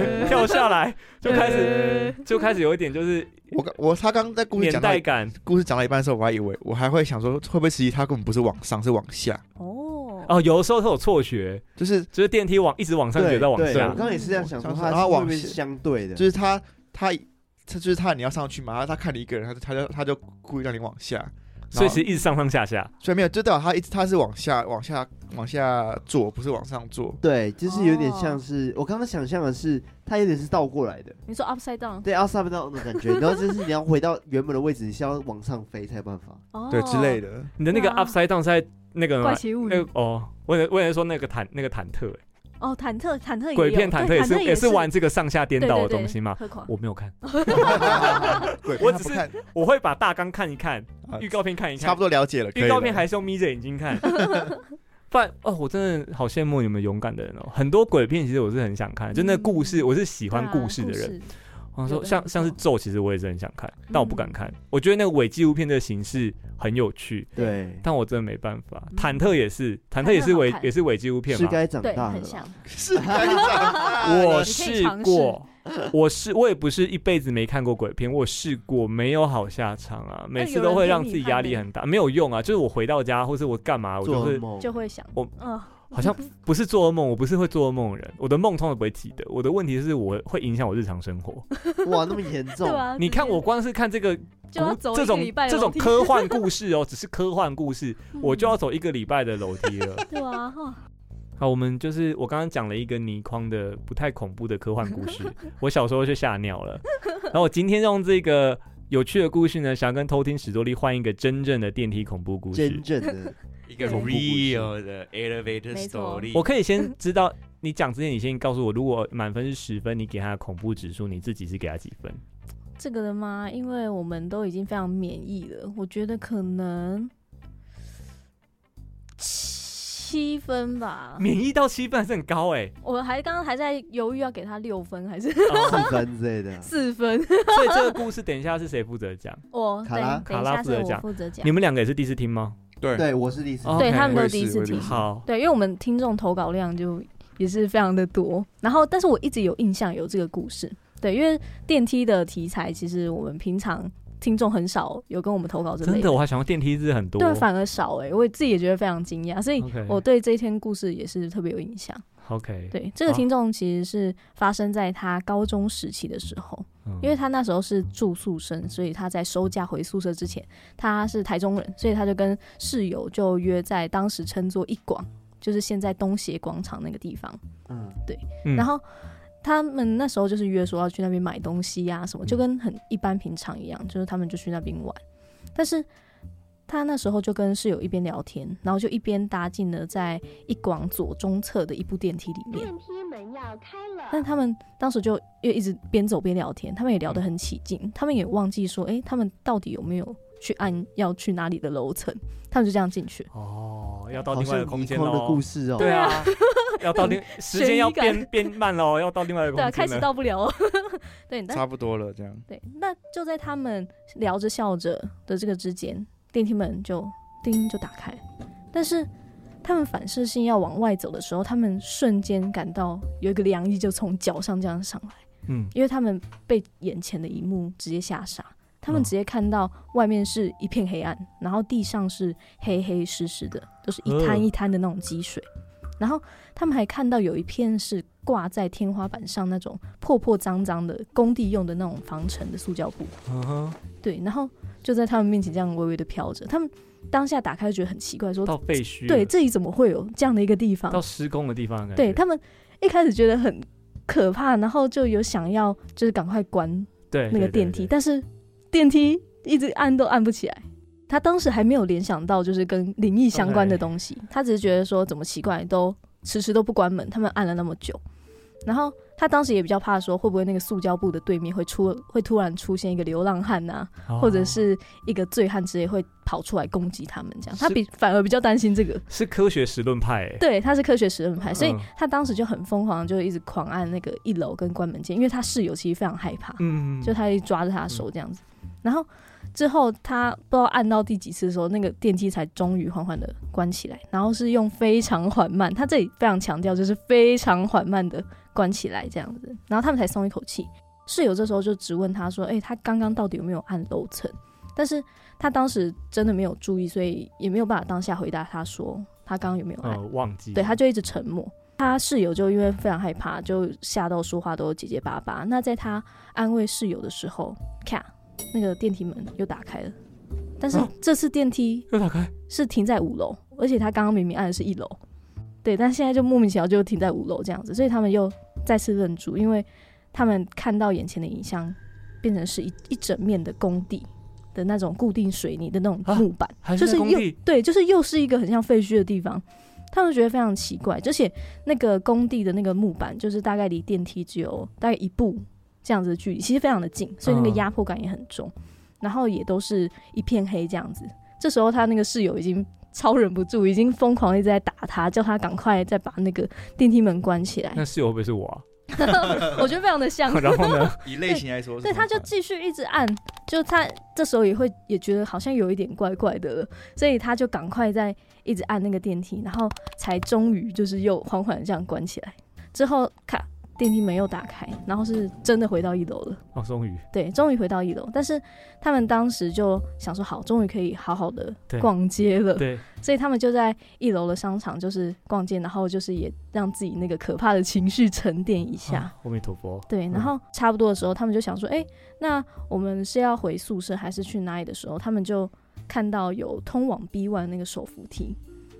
Speaker 6: 呃
Speaker 3: 哎跳下来就开始
Speaker 6: 嗯
Speaker 3: 就开始有一点就是
Speaker 5: 我刚我他刚在故事
Speaker 3: 年
Speaker 5: 讲到
Speaker 3: 代感
Speaker 5: 故事讲到一半的时候，我还以为我还会想说，会不会其实他根本不是往上，是往下，
Speaker 6: 哦，
Speaker 3: 哦，有的时候会有错觉，
Speaker 5: 就是
Speaker 3: 就是电梯往一直往上，觉
Speaker 4: 对
Speaker 3: 得往
Speaker 4: 对，我
Speaker 3: 下
Speaker 4: 刚，刚也是这样想说，
Speaker 5: 往
Speaker 4: 它
Speaker 5: 上
Speaker 4: 是
Speaker 5: 然后
Speaker 4: 会
Speaker 5: 往
Speaker 4: 不会是
Speaker 5: 下
Speaker 4: 相对的，
Speaker 5: 就是他他他就是他你要上去嘛，然后他看你一个人，他就他就他就故意让你往下，
Speaker 3: 所以其实一直上上下下。
Speaker 5: 所以没有，就代表他一直他是往下往下往下做，不是往上做。
Speaker 4: 对，就是有点
Speaker 6: 哦
Speaker 4: 像是我刚刚想象的是，它有点是倒过来的，
Speaker 6: 你说 upside down
Speaker 4: 对，要上不到那种感 觉，然后就是你要回到原本的位置，你是要往上飞才有办法。
Speaker 6: 哦，
Speaker 5: 对之类的，
Speaker 3: 你的那个
Speaker 6: 哇
Speaker 3: upside down 是在那个
Speaker 6: 怪
Speaker 3: 吗
Speaker 6: 奇物
Speaker 3: 那
Speaker 6: 语
Speaker 3: 个哦，我以为我也说那个忐那个忐忑欸，
Speaker 6: 哦，忐忑忐忑也有
Speaker 3: 鬼片
Speaker 6: 对
Speaker 3: 忐忑
Speaker 6: 也
Speaker 3: 也是也
Speaker 6: 是
Speaker 3: 是玩这个上下颠
Speaker 6: 对
Speaker 3: 倒
Speaker 6: 对
Speaker 3: 的
Speaker 6: 对
Speaker 3: 东西嘛。
Speaker 6: 何况
Speaker 3: 我没有看，
Speaker 5: 对，
Speaker 3: 我
Speaker 5: 他
Speaker 3: 只
Speaker 5: 不
Speaker 3: 是
Speaker 5: 看
Speaker 3: 我会把大纲看一看，
Speaker 5: 啊
Speaker 3: 预告片看一
Speaker 5: 差
Speaker 3: 看
Speaker 5: 不，多了解了。可以
Speaker 3: 预告片
Speaker 5: 了
Speaker 3: 还是用眯着眼睛看。不然哦，我真的好羡慕你们勇敢的人哦。很多鬼片其实我是很想看，就那故事，
Speaker 6: 嗯
Speaker 3: 我是喜
Speaker 6: 喜
Speaker 3: 欢故事的人。，我
Speaker 6: 有
Speaker 3: 说
Speaker 6: 的
Speaker 3: 像
Speaker 6: 很
Speaker 3: 像是
Speaker 6: 不
Speaker 3: 咒，其实我也是很想看，但我不敢
Speaker 6: 嗯
Speaker 3: 看。我觉得那个伪纪录片的形式很有趣，
Speaker 4: 对，
Speaker 3: 但我真的没办法。
Speaker 6: 嗯
Speaker 3: 忐忑也是，忐
Speaker 6: 忐
Speaker 3: 忑也
Speaker 6: 忑
Speaker 3: 是
Speaker 6: 好
Speaker 3: 伪
Speaker 6: 看
Speaker 3: 也是伪纪录片
Speaker 4: 是
Speaker 3: 嘛，
Speaker 4: 该长
Speaker 6: 对，
Speaker 4: 大了
Speaker 6: 很像
Speaker 4: 啦。。
Speaker 5: 是该长大了
Speaker 3: 我
Speaker 6: 你可以
Speaker 3: 试
Speaker 6: 尝试
Speaker 3: 过，我试我也不是一辈子没看过鬼片，我试过没有好下场啊，每次都会让自己压力很大，没有用啊。就是我回到家或是我干嘛，我就
Speaker 4: 做
Speaker 3: 是
Speaker 4: 梦
Speaker 6: 就会想，
Speaker 3: 我
Speaker 6: 嗯，
Speaker 3: 好像不是做噩梦，我不是会做噩梦的人，我的梦通常不会记得。我的问题是我会影响我日常生活。
Speaker 6: 啊
Speaker 4: 哇，那么严重
Speaker 6: 对，吧？
Speaker 3: 你看我光是看这个
Speaker 6: 直接就要
Speaker 3: 古
Speaker 6: 走
Speaker 3: 这
Speaker 6: 一个
Speaker 3: 种
Speaker 6: 礼拜的
Speaker 3: 这种
Speaker 6: 楼梯
Speaker 3: 科幻故 事哦，只是科幻故事，我就要走一个礼拜的楼梯了。
Speaker 6: 嗯 对啊，哈
Speaker 3: 好，我们就是我刚刚讲了一个倪匡的不太恐怖的科幻故 事，我小时候就吓尿了。然后我今天用这个有趣的故事呢，想要跟偷听史多利换一个真正的电梯恐怖故事
Speaker 4: 真。正的
Speaker 7: 一个
Speaker 6: 对
Speaker 7: real 的 elevator
Speaker 6: 没错
Speaker 7: story。
Speaker 3: 我可以先知道你讲之前，你先告诉我，如果满分是十分，你给他的恐怖指数，你自己是给他几分？
Speaker 6: 这个的吗？因为我们都已经非常免疫了，我觉得可能七分吧。
Speaker 3: 免疫到七分还是很高哎、
Speaker 6: 我还刚刚还在犹豫要给他六分还是。
Speaker 4: 四分之类的 啊
Speaker 6: 四分。
Speaker 3: 所以这个故事等一下是谁负责 讲？
Speaker 6: 我
Speaker 4: 卡拉
Speaker 6: 等等一
Speaker 3: 卡拉
Speaker 6: 下
Speaker 3: 负
Speaker 6: 是
Speaker 3: 责
Speaker 6: 我
Speaker 3: 讲
Speaker 6: 负责讲
Speaker 3: 你，们两个也是第一次听吗？
Speaker 5: 对
Speaker 4: 对，我是第四。
Speaker 3: 哦
Speaker 6: 对
Speaker 3: OK，
Speaker 6: 他们
Speaker 5: 我
Speaker 6: 都
Speaker 5: 也
Speaker 6: 第一
Speaker 5: 是
Speaker 6: 次
Speaker 5: 我也是
Speaker 6: 听。
Speaker 3: 好，
Speaker 6: 对，因为我们听众投稿量就也是非常的多，然后但是我一直有印象有这个故事，对，因为电梯的题材其实我们平常听众很少有跟我们投稿这类
Speaker 3: 真的，我还想要电梯是很多。
Speaker 6: 对，反而少哎、我自己也觉得非常惊讶，所以
Speaker 3: OK
Speaker 6: 我对这一篇故事也是特别有印象。
Speaker 3: OK，
Speaker 6: 对，这个
Speaker 3: 好
Speaker 6: 听众其实是发生在他高中时期的时候，
Speaker 3: 嗯
Speaker 6: 因为他那时候是住宿生，所以他在收假回宿舍之前，他是台中人，所以他就跟室友就约在当时称作一广，就是现在东协广场那个地方。
Speaker 4: 嗯，
Speaker 3: 嗯
Speaker 6: 然后他们那时候就是约说要去那边买东西呀、什么，就跟很一般平常一样，就是他们就去那边玩。但是他那时候就跟室友一边聊天，然后就一边搭进了在一广左中侧的一部电梯里面。
Speaker 8: 电梯门要开
Speaker 6: 但
Speaker 8: 了，
Speaker 6: 他们当时就又一直边走边聊天，他们也聊得很起劲，他们也忘记说，哎、他们到底有没有去按要去哪里的楼层，他们就这样进去。
Speaker 3: 哦，要到
Speaker 4: 好
Speaker 3: 另外一
Speaker 4: 像
Speaker 3: 个空
Speaker 4: 倪
Speaker 3: 间
Speaker 4: 匡的
Speaker 3: 喽
Speaker 4: 故。事哦，
Speaker 3: 对啊， 要到 另时间要
Speaker 6: 悬疑感
Speaker 3: 变变慢喽，要到另外一个
Speaker 6: 对啊，
Speaker 3: 空
Speaker 6: 开
Speaker 3: 间
Speaker 6: 始
Speaker 3: 了。
Speaker 6: 到不了哦。 对，但
Speaker 5: 差不多了这样。
Speaker 6: 对，那就在他们聊着笑着的这个之间，电梯门就叮就打开，但是他们反射性要往外走的时候，他们瞬间感到有一个凉意就从脚上这样上来。
Speaker 3: 嗯，
Speaker 6: 因为他们被眼前的一幕直接吓傻，他们
Speaker 3: 嗯
Speaker 6: 直接看到外面是一片黑暗，然后地上是黑黑湿湿的，都是一滩
Speaker 3: 呃
Speaker 6: 一滩的那种积水。然后他们还看到有一片是挂在天花板上那种破破脏脏的工地用的那种防尘的塑胶布，
Speaker 3: 嗯哼，
Speaker 6: 对，然后就在他们面前这样微微的飘着。他们当下打开就觉得很奇怪，说
Speaker 3: 到废墟了，
Speaker 6: 对，这里怎么会有这样的一个地方？
Speaker 3: 到施工的地方的感觉。
Speaker 6: 对他们一开始觉得很可怕，然后就有想要就是赶快关
Speaker 3: 对
Speaker 6: 那个
Speaker 3: 哎对对
Speaker 6: 电梯，
Speaker 3: 对
Speaker 6: 但是电梯一直按都按不起来。他当时还没有联想到就是跟灵异相关的东西，他只是觉得说怎么奇怪，都迟迟都不关门，他们按了那么久。然后他当时也比较怕说会不会那个塑胶布的对面会出会突然出现一个流浪汉呐、
Speaker 3: 哦
Speaker 6: 或者是一个醉汉之类会跑出来攻击他们这样，他
Speaker 3: 是
Speaker 6: 比反而比较担心这个。
Speaker 3: 是科学实论派欸。
Speaker 6: 对，他是科学实验派，所以
Speaker 3: 嗯
Speaker 6: 他当时就很疯狂，就一直狂按那个一楼跟关门键，因为他室友其实非常害怕。
Speaker 3: 嗯，
Speaker 6: 就他一直抓着他的手这样子。然后之后他不知道按到第几次的时候，那个电梯才终于缓缓的关起来，然后是用非常缓慢，他这里非常强调就是非常缓慢的关起来这样子，然后他们才松一口气。室友这时候就质问他说：“哎、他刚刚到底有没有按楼层？”但是他当时真的没有注意，所以也没有办法当下回答他说他刚刚有没有按
Speaker 3: 呃。忘记
Speaker 6: 对，他就一直沉默。他室友就因为非常害怕，就吓到说话都结结巴巴。那在他安慰室友的时候，咔，那个电梯门又打开了，但是
Speaker 3: 啊
Speaker 6: 这次电梯
Speaker 3: 又打开，
Speaker 6: 是停在五楼，而且他刚刚明明按的是一楼，对，但现在就莫名其妙就停在五楼这样子，所以他们又再次愣住，因为他们看到眼前的影像变成是一一整面的工地的那种固定水泥的那种
Speaker 3: 啊
Speaker 6: 木板，
Speaker 3: 还
Speaker 6: 就是
Speaker 3: 在工
Speaker 6: 又
Speaker 3: 地
Speaker 6: 对，就是又是一个很像废墟的地方，他们觉得非常奇怪。而且那个工地的那个木板，就是大概离电梯只有大概一步这样子的距离，其实非常的近，所以那个
Speaker 3: 嗯
Speaker 6: 压迫感也很重。然后也都是一片黑这样子。这时候他那个室友已经超忍不住，已经疯狂一直在打他，叫他赶快再把那个电梯门关起来。
Speaker 3: 那室友会不会是我啊？
Speaker 6: 我觉得非常的像。
Speaker 3: 然 后呢？
Speaker 5: 以类型来说是
Speaker 6: 对，
Speaker 5: 很
Speaker 6: 他
Speaker 5: 快，
Speaker 6: 就继续一直按，就他这时候也会也觉得好像有一点怪怪的了，所以他就赶快在一直按那个电梯，然后才终于就是又缓缓地这样关起来。之后咔，电梯门又打开，然后是真的回到一楼了。
Speaker 3: 哦，终于
Speaker 6: 对，终于回到一楼，但是他们当时就想说，好，终于可以好好的
Speaker 3: 对
Speaker 6: 逛街了，
Speaker 3: 对，
Speaker 6: 所以他们就在一楼的商场就是逛街，然后就是也让自己那个可怕的情绪沉淀一下。
Speaker 3: 啊阿弥陀佛。
Speaker 6: 对，然后差不多的时候，他们就想说，哎、那我们是要回宿舍还是去哪里的时候，他们就看到有通往 B one 那个手扶梯，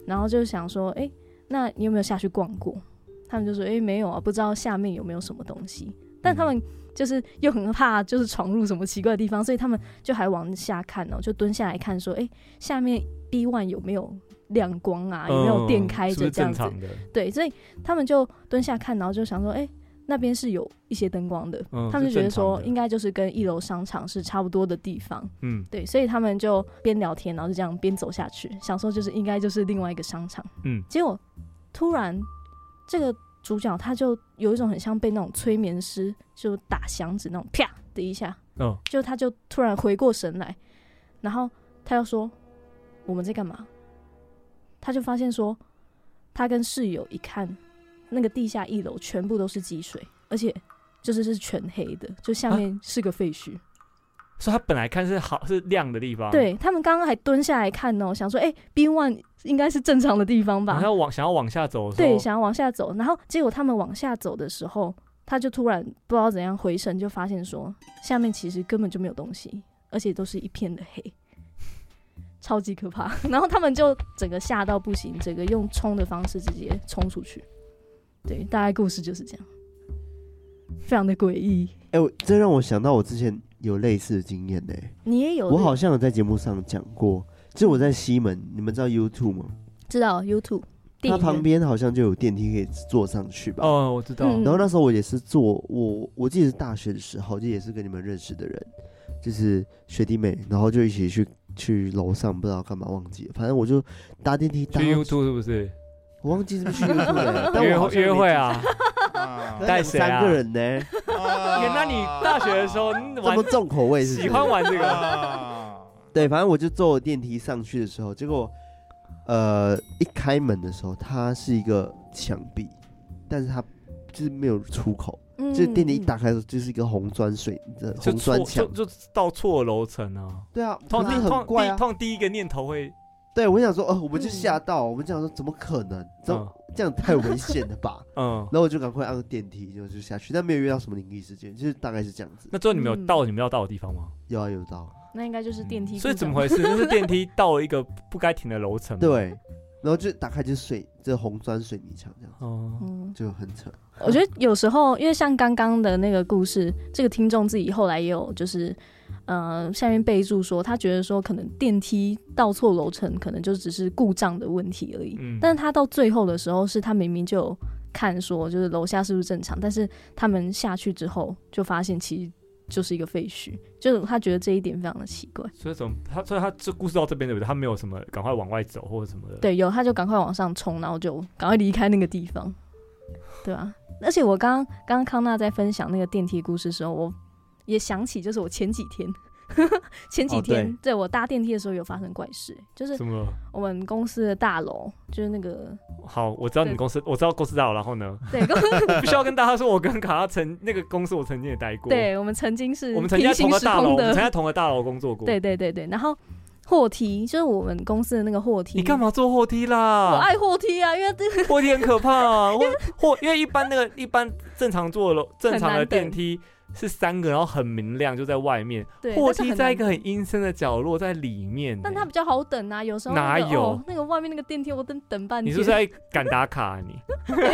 Speaker 6: 然后就想说，哎、那你有没有下去逛过？他们就说，哎、没有啊，不知道下面有没有什么东西。
Speaker 3: 嗯
Speaker 6: 但他们就是又很怕，就是闯入什么奇怪的地方，所以他们就还往下看哦，就蹲下来看，说，哎、下面 B one 有没有亮光啊？有没有电
Speaker 3: 嗯
Speaker 6: 开
Speaker 3: 是不
Speaker 6: 着
Speaker 3: 是
Speaker 6: 这样
Speaker 3: 正
Speaker 6: 子？
Speaker 3: 常的，
Speaker 6: 对，所以他们就蹲下看，然后就想说，哎、那边是有一些灯光的，
Speaker 3: 嗯
Speaker 6: 他们
Speaker 3: 是
Speaker 6: 就觉得
Speaker 3: 正常
Speaker 6: 说
Speaker 3: 的
Speaker 6: 应该就是跟一楼商场是差不多的地方，
Speaker 3: 嗯
Speaker 6: 对，所以他们就边聊天，然后就这样边走下去，想说就是应该就是另外一个商场，
Speaker 3: 嗯，
Speaker 6: 结果突然这个主角他就有一种很像被那种催眠师就打响指那种啪的一下，
Speaker 3: 嗯，
Speaker 4: 哦
Speaker 6: 就他就突然回过神来，然后他又说我们在干嘛？他就发现说，他跟室友一看，那个地下一楼全部都是积水，而且就是是全黑的，就下面是个废墟。
Speaker 3: 所以他本来看是好是亮的地方，，
Speaker 6: 对他们刚刚还蹲下来看哦，想说哎、b one 应该是正常的地方
Speaker 3: 然后
Speaker 6: 吧？
Speaker 3: 要往想要往下走的时候，
Speaker 6: 对，想要往下走，然后结果他们往下走的时候，他就突然不知道怎样回神，就发现说下面其实根本就没有东西，而且都是一片的黑。 超级可怕， 然后他们就整个吓到不行，整个用冲的方式直接冲出去。对，大概故事就是这样。非常的诡异。
Speaker 4: 哎、我这让我想到我之前有类似的经验呢、
Speaker 6: 你也有
Speaker 4: 我好像有在节目上讲过，就是我在西门，你们知道 YouTube 吗？
Speaker 6: 知道 YouTube 电
Speaker 4: 它
Speaker 6: 影
Speaker 4: 旁
Speaker 6: 院
Speaker 4: 边好像就有电梯可以坐上去吧？
Speaker 3: 哦，我知道，
Speaker 6: 嗯
Speaker 4: 然后那时候我也是做我，我记得是大学的时候，就也是跟你们认识的人，就是学弟妹，然后就一起去去楼上，不知道干嘛忘记了，反正我就搭电梯搭
Speaker 3: 去
Speaker 4: 到
Speaker 3: YouTube 是不是？
Speaker 4: 我忘记是不是去 YouTube 了，
Speaker 6: 呃
Speaker 4: 但
Speaker 3: 约
Speaker 4: 我好
Speaker 3: 会
Speaker 4: 像
Speaker 3: 约会啊？
Speaker 5: 啊
Speaker 4: 没记，
Speaker 3: 带谁啊
Speaker 4: 三个人呢，
Speaker 3: 原来你大学的时候你
Speaker 4: 这
Speaker 3: 玩
Speaker 4: 么重口味是不是
Speaker 3: 喜欢玩这个，
Speaker 5: 啊
Speaker 4: 对，反正我就坐电梯上去的时候，结果呃一开门的时候，它是一个墙壁，但是它就是没有出口，
Speaker 6: 嗯
Speaker 4: 就是电梯一打开的时候就是一个红砖水的
Speaker 3: 就
Speaker 4: 红
Speaker 3: 错
Speaker 4: 砖墙
Speaker 3: 就，就到错楼层啊。
Speaker 4: 对啊，
Speaker 3: 通
Speaker 4: 可
Speaker 3: 第
Speaker 4: 是
Speaker 3: 通
Speaker 4: 很怪
Speaker 3: 第
Speaker 4: 啊。
Speaker 3: 通第一个念头会，
Speaker 4: 对，我想说，哦，我们就
Speaker 6: 嗯
Speaker 4: 吓到，我们就想说，怎么可能？这、
Speaker 3: 嗯
Speaker 4: 这样太危险了吧？
Speaker 3: 嗯，
Speaker 4: 然后我就赶快按电梯，就就下去，但没有遇到什么灵异事件，就是大概是这样子。
Speaker 3: 那最后你们有
Speaker 6: 嗯
Speaker 3: 到你们要到的地方吗？
Speaker 4: 有啊有到，
Speaker 6: 那应该就是电梯故障，
Speaker 3: 所以怎么回事？就是电梯到了一个不该停的楼层。，
Speaker 4: 对，然后就打开就是水，这红砖水泥墙这样，
Speaker 3: 哦，
Speaker 6: 嗯，
Speaker 4: 就很扯。
Speaker 6: 我觉得有时候，因为像刚刚的那个故事，这个听众自己后来也有就是，呃，下面备注说他觉得说可能电梯到错楼层，可能就只是故障的问题而已。
Speaker 3: 嗯
Speaker 6: 但是他到最后的时候，是他明明就有看说就是楼下是不是正常，但是他们下去之后就发现其实就是一个废墟，就是他觉得这一点非常的奇怪。
Speaker 3: 所以怎么他所以他这故事到这边对不对？他没有什么赶快往外走或者什么的。，
Speaker 6: 对，有他就赶快往上冲，然后就赶快离开那个地方，对啊。而且我刚刚刚刚康纳在分享那个电梯故事的时候，我也想起，就是我前几天， 前几
Speaker 4: 哦
Speaker 6: 天、
Speaker 4: 对
Speaker 6: 对我搭电梯的时候有发生怪事，就是
Speaker 3: 怎么了？
Speaker 6: 我们公司的大楼，就是那 个
Speaker 3: 好，我知道你们
Speaker 6: 对
Speaker 3: 公司，我知道公司大佬，然后 呢，
Speaker 6: 对 公
Speaker 3: 不需要跟大家说，我跟卡拉曾那个公司我曾经也待过，，
Speaker 6: 对我们曾经是
Speaker 3: 我们曾经
Speaker 6: 平
Speaker 3: 在
Speaker 6: 行
Speaker 3: 同个
Speaker 6: 时
Speaker 3: 大楼，
Speaker 6: 空
Speaker 3: 我们曾经
Speaker 6: 的，
Speaker 3: 在同个大楼工作过。
Speaker 6: 对，对对对，然后货梯就是我们公司的那个货梯，
Speaker 3: 你干？嘛坐货梯
Speaker 6: 我
Speaker 3: 啦？
Speaker 6: 爱货梯啊，因为这个
Speaker 3: 货梯很可怕 啊，或或因为一般那个一般正常坐楼正常的
Speaker 6: 很难等
Speaker 3: 电梯是三个，然后很明亮就在外面，
Speaker 6: 对
Speaker 3: 货
Speaker 6: 但是
Speaker 3: 梯
Speaker 6: 很
Speaker 3: 在
Speaker 6: 难
Speaker 3: 一个很阴森的角落在里面欸。
Speaker 6: 但它比较好等啊，有时候、那
Speaker 3: 哪
Speaker 6: 个
Speaker 3: 有
Speaker 6: 哦那个外面那个电梯，我等等半
Speaker 3: 你
Speaker 6: 天。
Speaker 3: 是不是在赶打卡、啊、你？
Speaker 6: 对，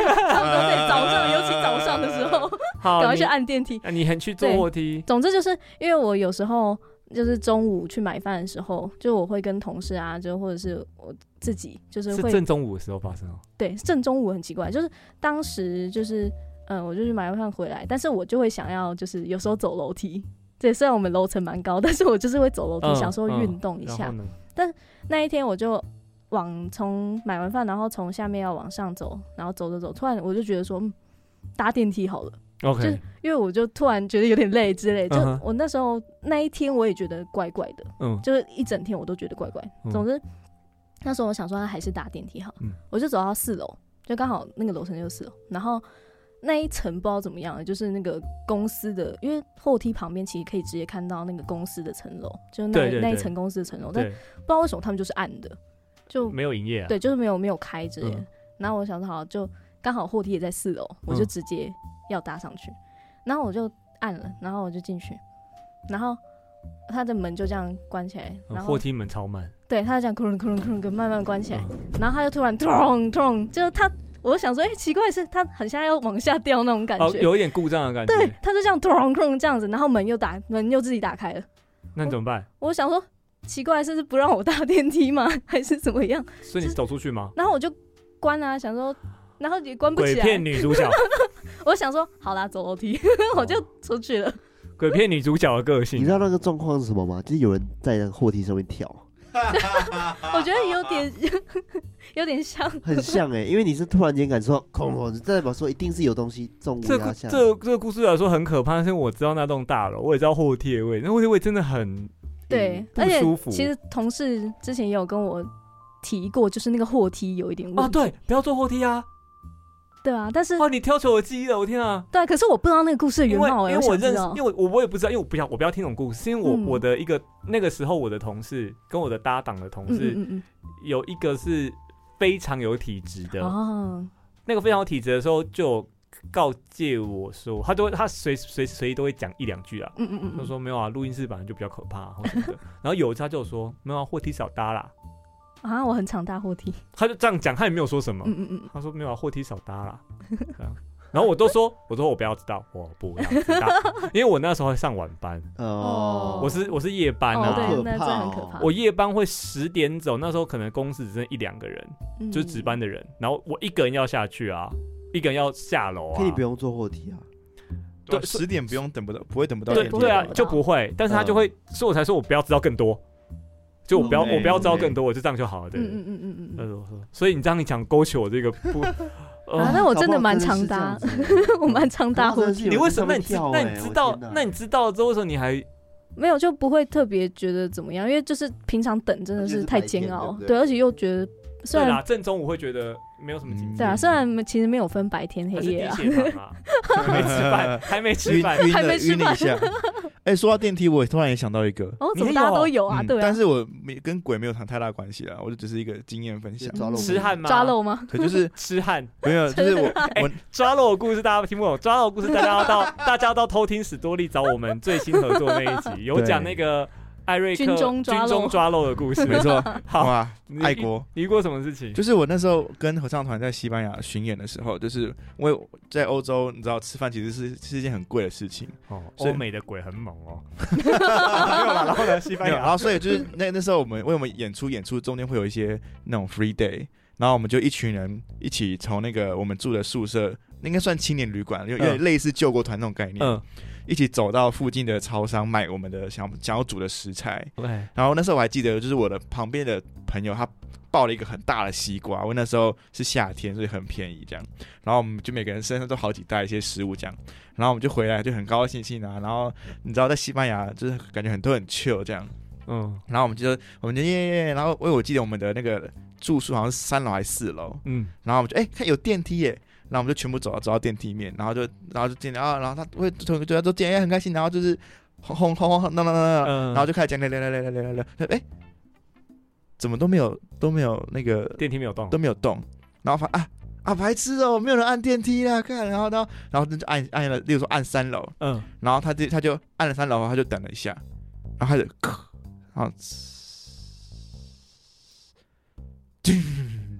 Speaker 6: 早上尤其早上的时候，
Speaker 3: 好，
Speaker 6: 赶快
Speaker 3: 哦你
Speaker 6: 去按电梯。
Speaker 3: 啊，你很去坐
Speaker 6: 对
Speaker 3: 货梯，
Speaker 6: 总之就是因为我有时候就是中午去买饭的时候，就我会跟同事啊，就或者是我自己，就是
Speaker 3: 是
Speaker 6: 会
Speaker 3: 正中午的时候发生哦。
Speaker 6: 对正中午很奇怪，就是当时就是嗯，我就去买完饭回来，但是我就会想要就是有时候走楼梯。对，虽然我们楼层蛮高，但是我就是会走楼梯，
Speaker 3: 嗯
Speaker 6: 想说运动一
Speaker 3: 然
Speaker 6: 下
Speaker 3: 后。呢？
Speaker 6: 那一天我就往从买完饭，然后从下面要往上走，然后走着走，突然我就觉得说，嗯，搭电梯好了。就
Speaker 3: OK，
Speaker 6: 是因为我就突然觉得有点累之类，就
Speaker 3: 嗯哼
Speaker 6: 我那时候那一天我也觉得怪怪的，
Speaker 3: 嗯，
Speaker 6: 就是一整天我都觉得怪怪。
Speaker 3: 嗯
Speaker 6: 总之那时候我想说，那啊还是搭电梯好，
Speaker 3: 嗯
Speaker 6: 我就走到四楼，就刚好那个楼层就是四楼，然后那一层不知道怎么样，就是那个公司的，因为后梯旁边其实可以直接看到那个公司的层楼，就是那
Speaker 3: 对对
Speaker 6: 那一
Speaker 3: 对
Speaker 6: 层公司的层楼，但
Speaker 3: 对，
Speaker 6: 不知道为什么他们就是暗的，就
Speaker 3: 没有营业啊。
Speaker 6: 对，就是没有没有开之类的。
Speaker 3: 嗯
Speaker 6: 然后我想说好，就刚好货梯也在四楼，我就
Speaker 3: 嗯
Speaker 6: 直接要搭上去，然后我就按了，然后我就进去，然后他的门就这样关起来，
Speaker 3: 嗯，
Speaker 6: 然
Speaker 3: 货
Speaker 6: 后
Speaker 3: 梯嗯门超慢，
Speaker 6: 对他就这样咕噜咕噜咕噜咕噜慢慢关起来，然后他就突然咚咚，就是他，我就想说，哎、奇怪的是，他很像要往下掉那种感
Speaker 3: 哦，
Speaker 6: 觉。
Speaker 3: 有一点故障的感
Speaker 6: 对
Speaker 3: 觉。，
Speaker 6: 他就这样咚咚这样子，然后门又打门又自己打开了。
Speaker 3: 那你怎么办？
Speaker 6: 我想说，奇怪，是不是不让我搭电梯吗？ 还是怎么样？
Speaker 3: 所以
Speaker 6: 就
Speaker 3: 你
Speaker 6: 是
Speaker 3: 走出去吗？
Speaker 6: 然后我就关啊，想说，然后也关不
Speaker 3: 鬼
Speaker 6: 起来。
Speaker 3: 片女主 角，
Speaker 6: 我想说，好啦，走楼梯， 我就出去了。
Speaker 3: 鬼片女主角的个
Speaker 4: 你
Speaker 3: 性
Speaker 4: 知。道那个状况是什么吗？就是有人在那个货梯上面跳，
Speaker 3: 哦
Speaker 6: 我觉得有
Speaker 3: 啊
Speaker 6: 点， 有点像，
Speaker 3: 嗯
Speaker 4: 很像哎、因为你是突然间感受到恐龙，这代表说一定是有东西重物
Speaker 3: 这
Speaker 4: 压
Speaker 3: 个
Speaker 4: 下
Speaker 3: 这
Speaker 4: 来。
Speaker 3: 个这个故事来说很可怕，但是我知道那栋大楼，我也知道货梯的位，那货梯位真的很
Speaker 6: 对
Speaker 3: 嗯，不
Speaker 6: 而且
Speaker 3: 舒服。
Speaker 6: 其实同事之前也有跟我提过，就是那个货梯有一点
Speaker 3: 啊，
Speaker 6: 问题，
Speaker 3: 对，不要坐货梯啊！
Speaker 6: 对啊，但是
Speaker 3: 哇，你挑起我的记忆了，我天啊！
Speaker 6: 对啊，可是我不知道那个故事的
Speaker 3: 因
Speaker 6: 原
Speaker 3: 为
Speaker 6: 貌哎、
Speaker 3: 因为
Speaker 6: 我
Speaker 3: 我
Speaker 6: 想
Speaker 3: 认
Speaker 6: 知
Speaker 3: 识
Speaker 6: 道，
Speaker 3: 因，为我我也不知道，因为我不要我不要听那种故事，是因为我、
Speaker 6: 嗯
Speaker 3: 我的一个那个时候我的同事跟我的搭档的同
Speaker 6: 嗯
Speaker 3: 事、
Speaker 6: 嗯嗯
Speaker 3: 有一个是非常有体质的，
Speaker 6: 嗯，哦，
Speaker 3: 那个非常有体质的时候就有告诫我说，他都会他随随随意都会讲一两句啊，
Speaker 6: 嗯嗯嗯
Speaker 3: 他
Speaker 6: 嗯，
Speaker 3: 说没有啊，录音室本来就比较可怕、或什么的， 然后有一次他就说没有啊，货梯少搭啦，
Speaker 6: 啊，我很常搭货梯，
Speaker 3: 他就这样讲，他也没有说什么，
Speaker 6: 嗯嗯嗯，
Speaker 3: 他说没有啊，货梯少搭啦，这样然后我都说，我说我不要知道，我不要知道，因为我那时候还上晚班，
Speaker 4: 哦，
Speaker 3: 我是我是夜班
Speaker 6: 哦，
Speaker 3: 啊，
Speaker 6: 对，
Speaker 4: 可
Speaker 6: 那
Speaker 4: 怕
Speaker 6: 这很
Speaker 4: 哦
Speaker 6: 可怕。嗯
Speaker 3: 我夜班会十点走，那时候可能公司只剩一两个人，
Speaker 6: 嗯
Speaker 3: 就是值班的人，然后我一个人要下去啊，一个人要下楼啊
Speaker 4: 可，你不用坐货梯啊，
Speaker 5: 对，
Speaker 3: 对
Speaker 5: 十点不用等不到，不会等不到
Speaker 3: 对
Speaker 5: 电梯
Speaker 3: 对啊
Speaker 6: 不，会
Speaker 3: 就不会，但是他就会，所以我才说我不要知道更多，就我不要
Speaker 5: 嗯
Speaker 3: 我不要知道更多，我就这样就好了，
Speaker 6: 嗯
Speaker 3: 对。
Speaker 6: 嗯嗯嗯嗯
Speaker 3: 那种所以你这样一讲，勾起 我这个不，
Speaker 6: 嗯。啊，
Speaker 3: 呃，
Speaker 6: 那我
Speaker 4: 搞
Speaker 6: 真
Speaker 4: 不
Speaker 6: 的
Speaker 4: 好
Speaker 6: 蛮
Speaker 4: 是
Speaker 6: 常
Speaker 4: 这样
Speaker 6: 搭，
Speaker 4: 子
Speaker 6: 我蛮常搭
Speaker 4: 搞不好真
Speaker 6: 火
Speaker 4: 的是
Speaker 6: 车，
Speaker 4: 有
Speaker 3: 你
Speaker 4: 人
Speaker 3: 为什
Speaker 4: 上
Speaker 3: 么？那
Speaker 4: 面
Speaker 3: 你知
Speaker 4: 跳
Speaker 3: 那
Speaker 4: 欸
Speaker 3: 你知
Speaker 4: 我
Speaker 3: 道
Speaker 4: 天哪，
Speaker 3: 那你知道了之后，为什么你还
Speaker 6: 没有就不会特别觉得怎么样，因为就是平常等真的
Speaker 4: 就是是
Speaker 6: 太
Speaker 4: 白
Speaker 6: 煎
Speaker 4: 天
Speaker 6: 熬
Speaker 4: 对，不对
Speaker 6: 对，而且又觉得虽
Speaker 3: 对
Speaker 6: 然
Speaker 3: 啦？正中午会觉得没有什么精神，
Speaker 6: 对啊，虽然其实没有分白天黑
Speaker 3: 还是
Speaker 6: 夜啊
Speaker 3: 低，血糖啊，还没吃饭，还没吃
Speaker 5: 晕
Speaker 3: 饭，
Speaker 5: 晕
Speaker 6: 还没
Speaker 5: 了
Speaker 6: 吃
Speaker 5: 晕了一下。 哎，说到电梯，我突然也想到一个，
Speaker 6: 哦，
Speaker 3: 你
Speaker 6: 怎么
Speaker 3: 也
Speaker 6: 大家都
Speaker 3: 有
Speaker 6: 有啊？
Speaker 5: 嗯
Speaker 6: 对啊
Speaker 5: 但，是我没跟鬼没有太大关系啊，我就只是一个经验分享
Speaker 4: 就。抓了我
Speaker 3: 痴 汉吗？
Speaker 6: 抓漏吗？
Speaker 5: 对，就是
Speaker 3: 痴汉，
Speaker 5: 没有，就是我我
Speaker 3: 抓漏的故事大家听不懂，抓漏的故事大家要到大家要到偷听史多利找我们最新合作那一集，有讲那个艾瑞克
Speaker 6: 军中抓漏
Speaker 3: 军中抓漏的故事。
Speaker 5: 没错，
Speaker 3: 哎好，
Speaker 5: 哇，
Speaker 3: 你
Speaker 5: 爱国。
Speaker 3: 你遇过什么事情？
Speaker 5: 就是我那时候跟合唱团在西班牙巡演的时候，就是我有在欧洲，你知道吃饭其实是是一件很贵的事情，
Speaker 3: 哦，
Speaker 5: 所以
Speaker 3: 欧美的鬼很猛哦。没有啦，然后呢？西
Speaker 5: 没
Speaker 3: 班
Speaker 5: 有
Speaker 3: 牙
Speaker 5: 然后所以就是那那时候我们为我们演出演出中间会有一些那种 free day，然后我们就一群人一起从那个我们住的宿舍，应该算青年旅馆，有有点类似救国团那种概念，
Speaker 3: 嗯
Speaker 5: 一起走到附近的超商买我们的想要想要煮的食材。
Speaker 3: ，OK，
Speaker 5: 然后那时候我还记得，就是我的旁边的朋友他抱了一个很大的西瓜，因为那时候是夏天，所以很便宜这样。然后我们就每个人身上都好几袋一些食物这样。然后我们就回来就很高高兴兴啊。然后你知道在西班牙就是感觉很多很 chill 这样。
Speaker 3: 嗯
Speaker 5: 然后我们就我们就耶耶耶，然后因为我记得我们的那个住宿好像是三楼还是四楼，
Speaker 3: 嗯，
Speaker 5: 然后我们就哎、看有电梯耶，然后我们就全部走到走到电梯面，然后就然后就进来啊，然后他会同学都进来哎很开心，然后就是轰轰轰轰轰闹闹闹闹，
Speaker 3: 嗯
Speaker 5: 啊然后就开始讲聊聊聊聊聊聊聊，哎、怎么都没有都没有那个
Speaker 3: 电梯没有动
Speaker 5: 都。没有动，然后发啊啊白痴哦、没有人按电梯啦，看然后然后然后就按按了，例如说按三楼，
Speaker 3: 嗯，
Speaker 5: 然后他就他就按了三楼，他就等了一下，然后他就咳，然后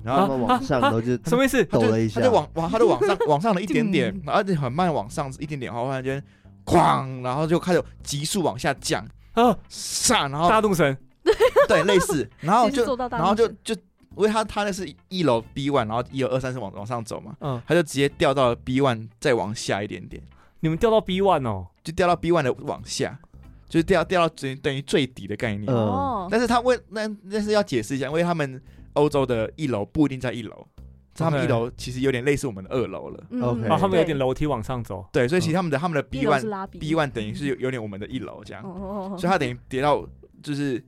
Speaker 4: 然后慢慢往上，然后就
Speaker 3: 什么意思？
Speaker 5: 他
Speaker 4: 啊抖
Speaker 5: 就
Speaker 4: 了一下嗯
Speaker 5: 他就往往他就往 上往上了一点点，而且很慢往上一点点，然后忽然间哐，然后就开始急速往下降，
Speaker 3: 啊，
Speaker 5: 上，然后
Speaker 3: 大动神，
Speaker 5: 对类似，然后
Speaker 6: 其实做
Speaker 5: 就
Speaker 6: 到大
Speaker 5: 然后
Speaker 6: 陆
Speaker 5: 就
Speaker 6: 人
Speaker 5: 就因为他他那是一楼 B one，然后一楼二三是往往上走嘛，
Speaker 3: 嗯，
Speaker 5: 他就直接掉到 B one 再往下一点点，
Speaker 3: 你们掉到 B one 哦，
Speaker 5: 就掉到 B one 的往下，就是掉掉到等于等于最底的概念。
Speaker 4: 嗯
Speaker 6: 哦，
Speaker 5: 呃但是他为那但是要解释一下，因为他们欧洲的一楼不一定在一楼，他们
Speaker 3: OK
Speaker 5: 一楼其实有点类似我们的二楼了。
Speaker 6: 嗯
Speaker 4: OK
Speaker 6: 嗯
Speaker 3: 哦，他们有
Speaker 6: 对
Speaker 3: 点楼梯往上走，
Speaker 5: 对，所以其实他们的他们的 B
Speaker 6: 一楼是
Speaker 5: one
Speaker 6: 拉比
Speaker 5: B one 等于是有有点我们的一楼这样
Speaker 6: 哦，哦，哦
Speaker 5: 所以它等于跌到就是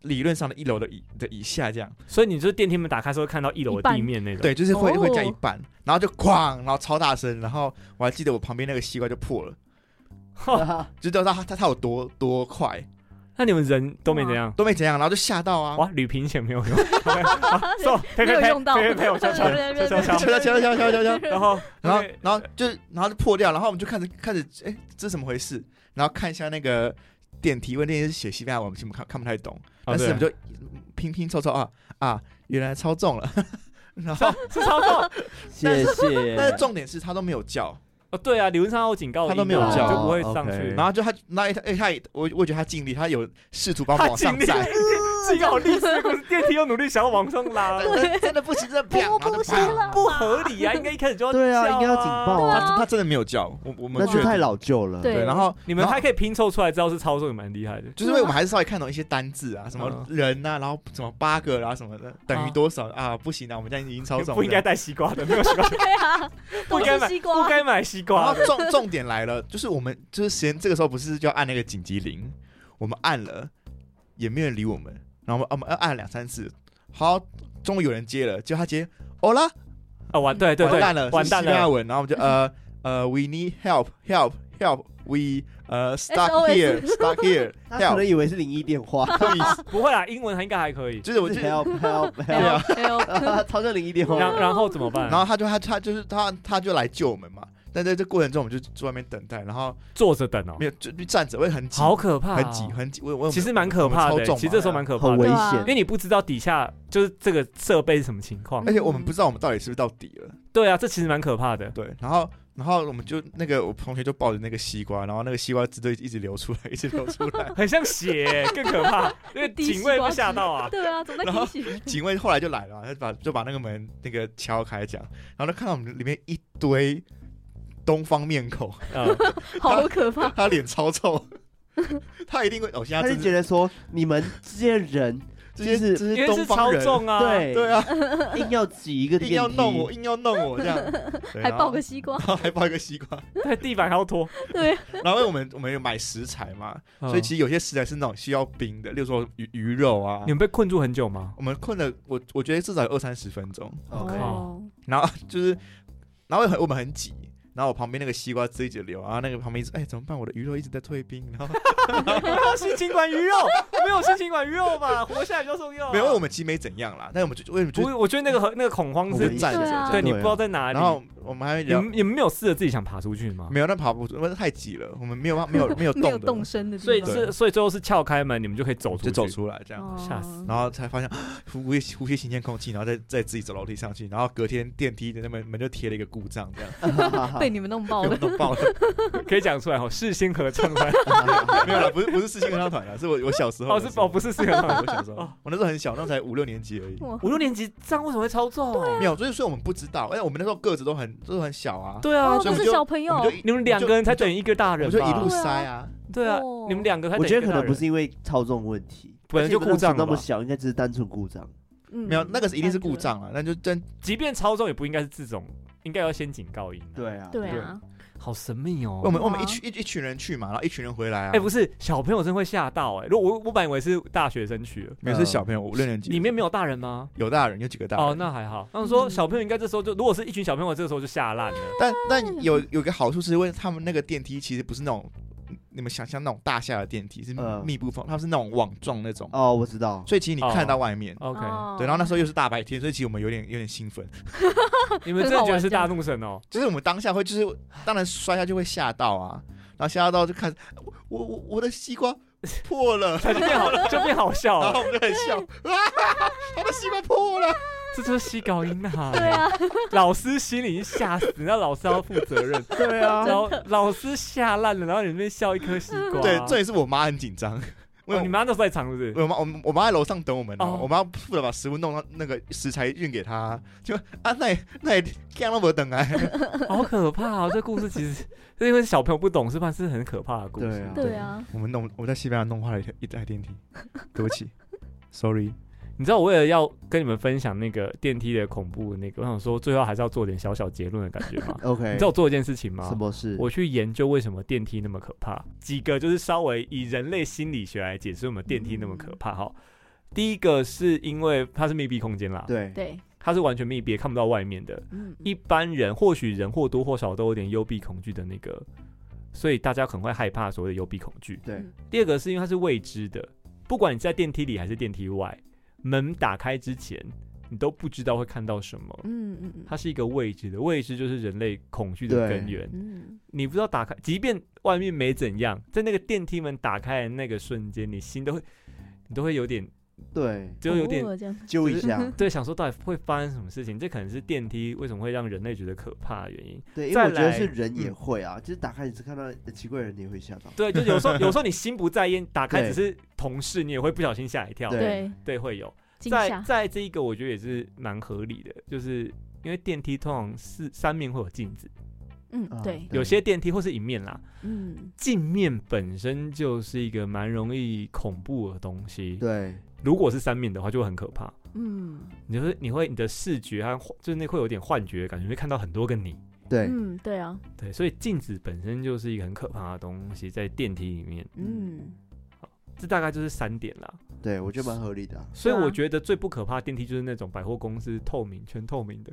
Speaker 5: 理论上的一楼的以的以下这样，
Speaker 3: 所以你就是电梯门打开的时候看到一楼的地面那种。，
Speaker 5: 对，就是会
Speaker 6: 哦
Speaker 5: 会降一半，然后就哐，然后超大声，然后我还记得我旁边那个西瓜就破了，就知道它它它有多多快，
Speaker 3: 那你们人都没怎样。
Speaker 5: 都没怎样，然后就吓到啊，
Speaker 3: 哇，旅平险没有 用，送 呸
Speaker 6: 没
Speaker 3: 呸
Speaker 6: 有
Speaker 3: 呸
Speaker 6: 用到，
Speaker 3: 呸呸，我笑笑笑笑笑，
Speaker 5: 敲敲敲敲敲 敲，
Speaker 3: 然后
Speaker 5: 然后然后就然后就破掉，然后我们就开始开始哎这是怎么回事，然后看一下那个电梯，因为那天是写西班牙文，我们根本看看不太懂。但
Speaker 3: 哦
Speaker 5: 是我们就拼拼凑凑啊啊，原来超重了。然后，
Speaker 3: 是超重
Speaker 4: 谢谢。
Speaker 5: 但是重点是他都没有叫，
Speaker 3: 哦，对啊，理论上要警告，就不
Speaker 5: 啊
Speaker 3: 会上去，
Speaker 5: 然后就他那他哎他也我我觉得他尽力，他有试图帮我
Speaker 3: 他
Speaker 5: 往上
Speaker 3: 尽力
Speaker 5: 站，
Speaker 3: 是一个好励志，可是电梯又努力想要往上 拉，
Speaker 5: 但真的不行，真的不
Speaker 6: 不不行了，
Speaker 3: 不合理啊，应该一开始就要
Speaker 4: 对啊，应该要警报
Speaker 5: 他
Speaker 4: 啊，
Speaker 5: 他真的没有叫，我我们
Speaker 4: 那
Speaker 5: 确
Speaker 4: 就
Speaker 5: 定
Speaker 4: 太老旧了。
Speaker 6: 对
Speaker 5: 对，然后
Speaker 3: 你们
Speaker 5: 然后
Speaker 3: 还可以拼凑出来，知道是超重也蛮厉害的。
Speaker 5: 就是因为我们还是稍微看懂一些单字啊，什么
Speaker 3: 嗯
Speaker 5: 人呐，然后什么八个啊什么的，等于多少啊？不行啊，我们这样已经超重了，
Speaker 3: 不应该带西瓜的，没有西瓜，
Speaker 6: 对啊，
Speaker 3: 不
Speaker 6: 都
Speaker 3: 该
Speaker 6: 是
Speaker 3: 买
Speaker 6: 西，瓜
Speaker 3: 不，该买西
Speaker 5: 然后。
Speaker 3: 瓜
Speaker 5: 重重点来了，就是我们就是时间这个时候不是就要按那个紧急铃，我们按了也没有人理我们，然后我们我们按了两三次，好，终于有人接了，结果他接，哦啦，
Speaker 3: 啊，完，对对对，
Speaker 5: 完蛋了，
Speaker 3: 完蛋
Speaker 5: 是西班牙
Speaker 3: 了。
Speaker 5: 文，然后我们就呃呃，we need help help help we 呃 stuck
Speaker 6: SOS
Speaker 5: here stuck here
Speaker 4: 他可能
Speaker 5: help
Speaker 4: 以为是零一电话，
Speaker 5: please，
Speaker 3: 不会啦，英文还应该还可以。
Speaker 5: 就是我就。
Speaker 4: help help
Speaker 6: 没
Speaker 3: 啊
Speaker 4: help，
Speaker 6: 有没 有，
Speaker 4: 超像零一电话。
Speaker 3: 然然后怎么办？
Speaker 5: 然后他就他他就是他他就来救我们嘛，但在这过程中我们就坐在外面等待，然后
Speaker 3: 坐着等哦
Speaker 5: 没，有就就站着会很挤，
Speaker 3: 好可怕，哦
Speaker 5: 很挤很挤，我我
Speaker 3: 其实蛮可怕的。欸其实这
Speaker 5: 啊
Speaker 3: 时候蛮可怕
Speaker 4: 很危
Speaker 3: 的，
Speaker 6: 啊
Speaker 3: 因为
Speaker 4: 险，
Speaker 3: 你不知道底下就是这个设备是什么情况
Speaker 5: 而。且我们不知道我们到底是不是到底了，
Speaker 3: 对啊，这其实蛮可怕的。。
Speaker 5: 对。然后然后我们就那个我同学就抱着那个西瓜，然后那个西瓜汁就一直流出来，一直流出来
Speaker 3: 很像血耶，更可怕。那个
Speaker 6: 滴
Speaker 3: 警卫
Speaker 6: 西瓜
Speaker 3: 被
Speaker 6: 汁
Speaker 3: 吓到啊！
Speaker 6: 对啊，总在
Speaker 5: 然后
Speaker 6: 提 醒。
Speaker 5: 警卫后来就来了，他就把就把那个门那个敲开讲，然后就看到我们里面一堆东方面孔，
Speaker 3: 嗯，
Speaker 6: 好可怕！
Speaker 5: 他脸超臭，他一定会，哦，现
Speaker 4: 他
Speaker 5: 在
Speaker 4: 就
Speaker 5: 真
Speaker 4: 觉
Speaker 5: 是
Speaker 4: 得说你们这些人，
Speaker 5: 这些
Speaker 4: 就是
Speaker 5: 这
Speaker 3: 因
Speaker 5: 些
Speaker 3: 为
Speaker 5: 东
Speaker 3: 是
Speaker 5: 方
Speaker 3: 超
Speaker 5: 人，
Speaker 3: 重啊，，
Speaker 4: 对
Speaker 5: 对，啊，
Speaker 4: 硬要挤一个电
Speaker 5: 硬
Speaker 4: 梯，
Speaker 5: 要弄我，硬要弄我这样， 对
Speaker 6: 还
Speaker 5: 然后
Speaker 6: 抱个西瓜，
Speaker 5: 然 后还抱一个西瓜，
Speaker 3: 在地板还要拖，
Speaker 6: 对，
Speaker 5: 然后因为我们我们有买食材嘛，所
Speaker 3: 所
Speaker 5: 以其实有些食材是那种需要冰的，例如说鱼鱼肉啊
Speaker 3: 你。们被困住很久吗？
Speaker 5: 我们困了，我我觉得至少有二三十分钟，
Speaker 3: OK
Speaker 6: 哦，
Speaker 5: 然后 就是，然后很我们很挤，然后我旁边那个西瓜汁一直流，然后那个旁边一直哎怎么办？我的鱼肉一直在退冰， 然后
Speaker 3: 心情管鱼肉，没有心情管鱼肉吧？活下来就送药啊。
Speaker 5: 没有，我们其实没怎样啦，但我们就为什么
Speaker 3: 不，
Speaker 5: 就是
Speaker 3: 我觉得那个和那个恐慌
Speaker 4: 我
Speaker 3: 是
Speaker 4: 们
Speaker 5: 站着
Speaker 6: 对
Speaker 5: 这
Speaker 6: 啊
Speaker 5: 样？
Speaker 3: 对你
Speaker 4: 对啊
Speaker 3: 不知道在哪里。
Speaker 5: 然后我们还
Speaker 3: 你
Speaker 5: 聊
Speaker 3: 们，你们没有试着自己想爬出去吗？
Speaker 5: 没有那跑不出，因为太挤了，我们没有办法没有没有
Speaker 6: 没有
Speaker 5: 动的，
Speaker 6: 动身的地方，
Speaker 3: 所以
Speaker 5: 对
Speaker 3: 是，所以最后是撬开门，你们就可以走出去。
Speaker 5: 就走出来这样。
Speaker 6: 哦
Speaker 3: 吓死
Speaker 5: 然后才发现呼吸呼吸新鲜空气，然后再再自己走楼梯上去，然后隔天电梯的那门门就贴了一个故障，这样
Speaker 6: 被你们弄爆
Speaker 5: 被我们。
Speaker 6: 了
Speaker 5: 都 爆了。
Speaker 3: 可以讲出来哦，世新合唱团，
Speaker 5: 没有啦，不是不是四星合唱团啦，啊是我我小时候
Speaker 3: 哦
Speaker 5: 的
Speaker 3: 是
Speaker 5: 时候
Speaker 3: 哦不是世新合唱团
Speaker 5: 我，小时候，我那时候很小，那时候才五六年级而已。
Speaker 6: 哇
Speaker 3: 五六年级这样为什么会超重？
Speaker 5: 没有，所以所以我们不知道，哎，我们那时候个子都很都很小啊，
Speaker 3: 对啊
Speaker 5: 所
Speaker 6: 哦，
Speaker 5: 以
Speaker 6: 都
Speaker 5: 我们
Speaker 6: 是
Speaker 5: 就
Speaker 6: 小朋友
Speaker 5: 我，们就一
Speaker 3: 你们两个人才等于一个大
Speaker 5: 我
Speaker 3: 人
Speaker 5: 们
Speaker 3: 吧？
Speaker 5: 就一路塞啊，
Speaker 3: 对啊
Speaker 6: 哦，
Speaker 3: 你们两个才
Speaker 4: 我
Speaker 3: 等于
Speaker 4: 觉
Speaker 3: 一
Speaker 4: 得
Speaker 3: 个
Speaker 4: 可
Speaker 3: 大人
Speaker 4: 能不是因为超重问题，
Speaker 3: 本来就故障
Speaker 4: 那
Speaker 3: 了
Speaker 4: 么
Speaker 3: 吧？
Speaker 4: 小，应该只是单纯故障。
Speaker 6: 嗯
Speaker 5: 没有那个是一定是故。
Speaker 3: 嗯
Speaker 5: 障啊，那就真
Speaker 3: 即便超重也不应该是这种，应该要先警告音。，
Speaker 4: 对啊，
Speaker 6: 对啊，
Speaker 3: 好神秘哦。
Speaker 5: 我们我们一群一一群人去嘛，然后一群人回来啊，
Speaker 3: 哎，不是小朋友真会吓到哎。如果我我本来以为是大学生去了，
Speaker 5: 没有是小朋友，五六年级
Speaker 3: 里面没有大人吗？
Speaker 5: 有大人，有几个大人
Speaker 3: 哦，那还好。那我说小朋友应该这时候就，如果是一群小朋友，这个时候就吓
Speaker 4: 嗯
Speaker 3: 烂了。
Speaker 5: 但但有有个好处是，因为他们那个电梯其实不是那种你们想象那种大厦的电梯，是
Speaker 4: 嗯
Speaker 5: 密不封，它是那种网状那种，
Speaker 4: 哦，我知道，
Speaker 5: 所以其实你看到外面。
Speaker 3: OK，
Speaker 6: 哦
Speaker 5: 对，然后那时候又是大白天，所以其实我们有点有点兴奋，
Speaker 3: 你们真的觉得是大怒神哦？，
Speaker 5: 就是我们当下会就是，当然摔下去会吓到啊，然后吓到就看我我我我的西瓜破了
Speaker 3: 它就变好，就变好笑哦
Speaker 5: 然后
Speaker 4: 哦
Speaker 3: 了。
Speaker 5: 我们就很笑，啊，他的西瓜破了，
Speaker 3: 这就是西高音啊！
Speaker 6: 对啊，
Speaker 3: 老师心里已经吓死，那老师要负 责任。
Speaker 4: 对啊
Speaker 3: 然后老师吓烂了，然后你那边笑一颗西瓜。
Speaker 5: 对，这也是我妈很紧张，因为
Speaker 3: 哦
Speaker 5: 我
Speaker 3: 你妈那时候在场是不是？
Speaker 5: 我妈，我我妈在楼上等我们哦
Speaker 3: 哦，
Speaker 5: 我妈负责把食物弄到那个食材运给她，就啊，那也那也干了我等啊，
Speaker 3: 好可怕啊！这故事其实是因为小朋友不懂事吧，是很可怕的故事。
Speaker 4: 对啊。
Speaker 6: 对啊，
Speaker 5: 我们弄我在西班牙弄坏了一台一台电梯，对不起，sorry。
Speaker 3: 你知道我为了要跟你们分享那个电梯的恐怖的那个，我想说最后还是要做点小小结论的感觉嘛
Speaker 4: ，OK，
Speaker 3: 你知道我做一件事情吗
Speaker 6: 啊
Speaker 4: 什？么事？
Speaker 3: 我去研究为什么电梯那么可怕，几个就是稍微以人类心理学来解释我们电梯那么
Speaker 4: 嗯
Speaker 3: 可怕哈。第一个是因为它是密闭空间啦，
Speaker 4: 对，
Speaker 6: 对，
Speaker 3: 它是完全密闭，看不到外面的。
Speaker 6: 嗯，
Speaker 3: 一般人或许人或多或少都有点幽闭恐惧的那个，所以大家可能会害怕所谓的幽闭恐惧。
Speaker 4: 对，
Speaker 6: 嗯
Speaker 3: 第二个是因为它是未知的，不管你在电梯里还是电梯外，门打开之前，你都不知道会看到什么。
Speaker 6: 嗯嗯嗯
Speaker 3: 它是一个未知的，未知就是人类恐惧的
Speaker 4: 对
Speaker 3: 根源。
Speaker 6: 嗯，
Speaker 3: 你不知道打开，即便外面没怎样，在那个电梯门打开的那个瞬间，你心都会，你都会有点，
Speaker 4: 对，
Speaker 3: 就有点
Speaker 6: 偶尔这样，
Speaker 4: 揪一下，
Speaker 3: 对，想说到底会发生什么事情？这可能是电梯为什么会让人类觉得可怕的原因。
Speaker 4: 对，因为
Speaker 3: 再
Speaker 4: 我觉得
Speaker 3: 来嗯
Speaker 4: 是人也会啊，就是打开你是看到奇怪的人，你也会吓到。
Speaker 3: 对，就有 时候有时候你心不在焉，打开
Speaker 4: 对
Speaker 3: 只是同事，你也会不小心吓一跳。
Speaker 4: 对
Speaker 6: 对，
Speaker 3: 对，会有。
Speaker 6: 惊
Speaker 3: 在
Speaker 6: 吓，
Speaker 3: 在这一个，我觉得也是蛮合理的，就是因为电梯通常是三面会有镜子，
Speaker 6: 嗯
Speaker 4: 啊
Speaker 6: 对，
Speaker 3: 有些电梯或是一面啦，
Speaker 6: 嗯
Speaker 3: 镜面本身就是一个蛮容易恐怖的东西。
Speaker 4: 对，
Speaker 3: 如果是三面的话，就会很可怕。
Speaker 6: 嗯
Speaker 3: 你就是你会你的视觉和幻就是那会有点幻觉的感觉，你会看到很多个你。
Speaker 4: 对，
Speaker 6: 嗯对啊，
Speaker 3: 对，所以镜子本身就是一个很可怕的东西，在电梯里面，
Speaker 6: 嗯
Speaker 3: 这大概就是三点啦。
Speaker 4: 对，我觉得蛮合理的啊。
Speaker 3: 所以
Speaker 6: 对啊，
Speaker 3: 我觉得最不可怕的电梯就是那种百货公司透明全透明的，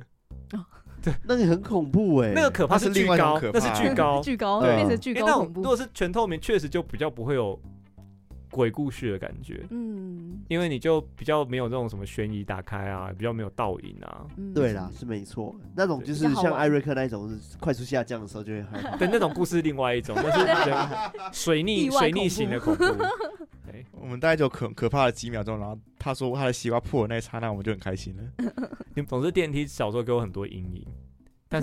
Speaker 4: 那个很恐怖哎，
Speaker 3: 那个可怕
Speaker 5: 那是
Speaker 3: 巨
Speaker 5: 另外一种
Speaker 3: 高，
Speaker 5: 可
Speaker 3: 那是
Speaker 5: 怕啊
Speaker 3: 巨高
Speaker 6: 巨高
Speaker 4: 对
Speaker 6: 变成巨
Speaker 3: 因为
Speaker 6: 高
Speaker 3: 那
Speaker 6: 恐
Speaker 3: 种如
Speaker 6: 怖，
Speaker 3: 果是全透明，确实就比较不会有鬼故事的感觉，
Speaker 6: 嗯
Speaker 3: 因为你就比较没有那种什么悬疑打开啊，比较没有倒影啊。
Speaker 6: 嗯
Speaker 4: 对啦，是没错，那种就
Speaker 6: 比
Speaker 4: 是
Speaker 6: 较好
Speaker 4: 像
Speaker 6: 玩
Speaker 4: 艾瑞克那一种，是快速下降的时候就会 害怕。
Speaker 3: 对，那种故事是另外一种，那是人水
Speaker 6: 意
Speaker 3: 逆
Speaker 6: 外
Speaker 3: 水
Speaker 6: 恐
Speaker 3: 逆型 的恐怖。哎对
Speaker 5: 我们大概就可可怕了几秒钟，然后她说她的西瓜破的那一刹那，我们就很开心了。
Speaker 3: 你总之电梯小时候给我很多阴影，但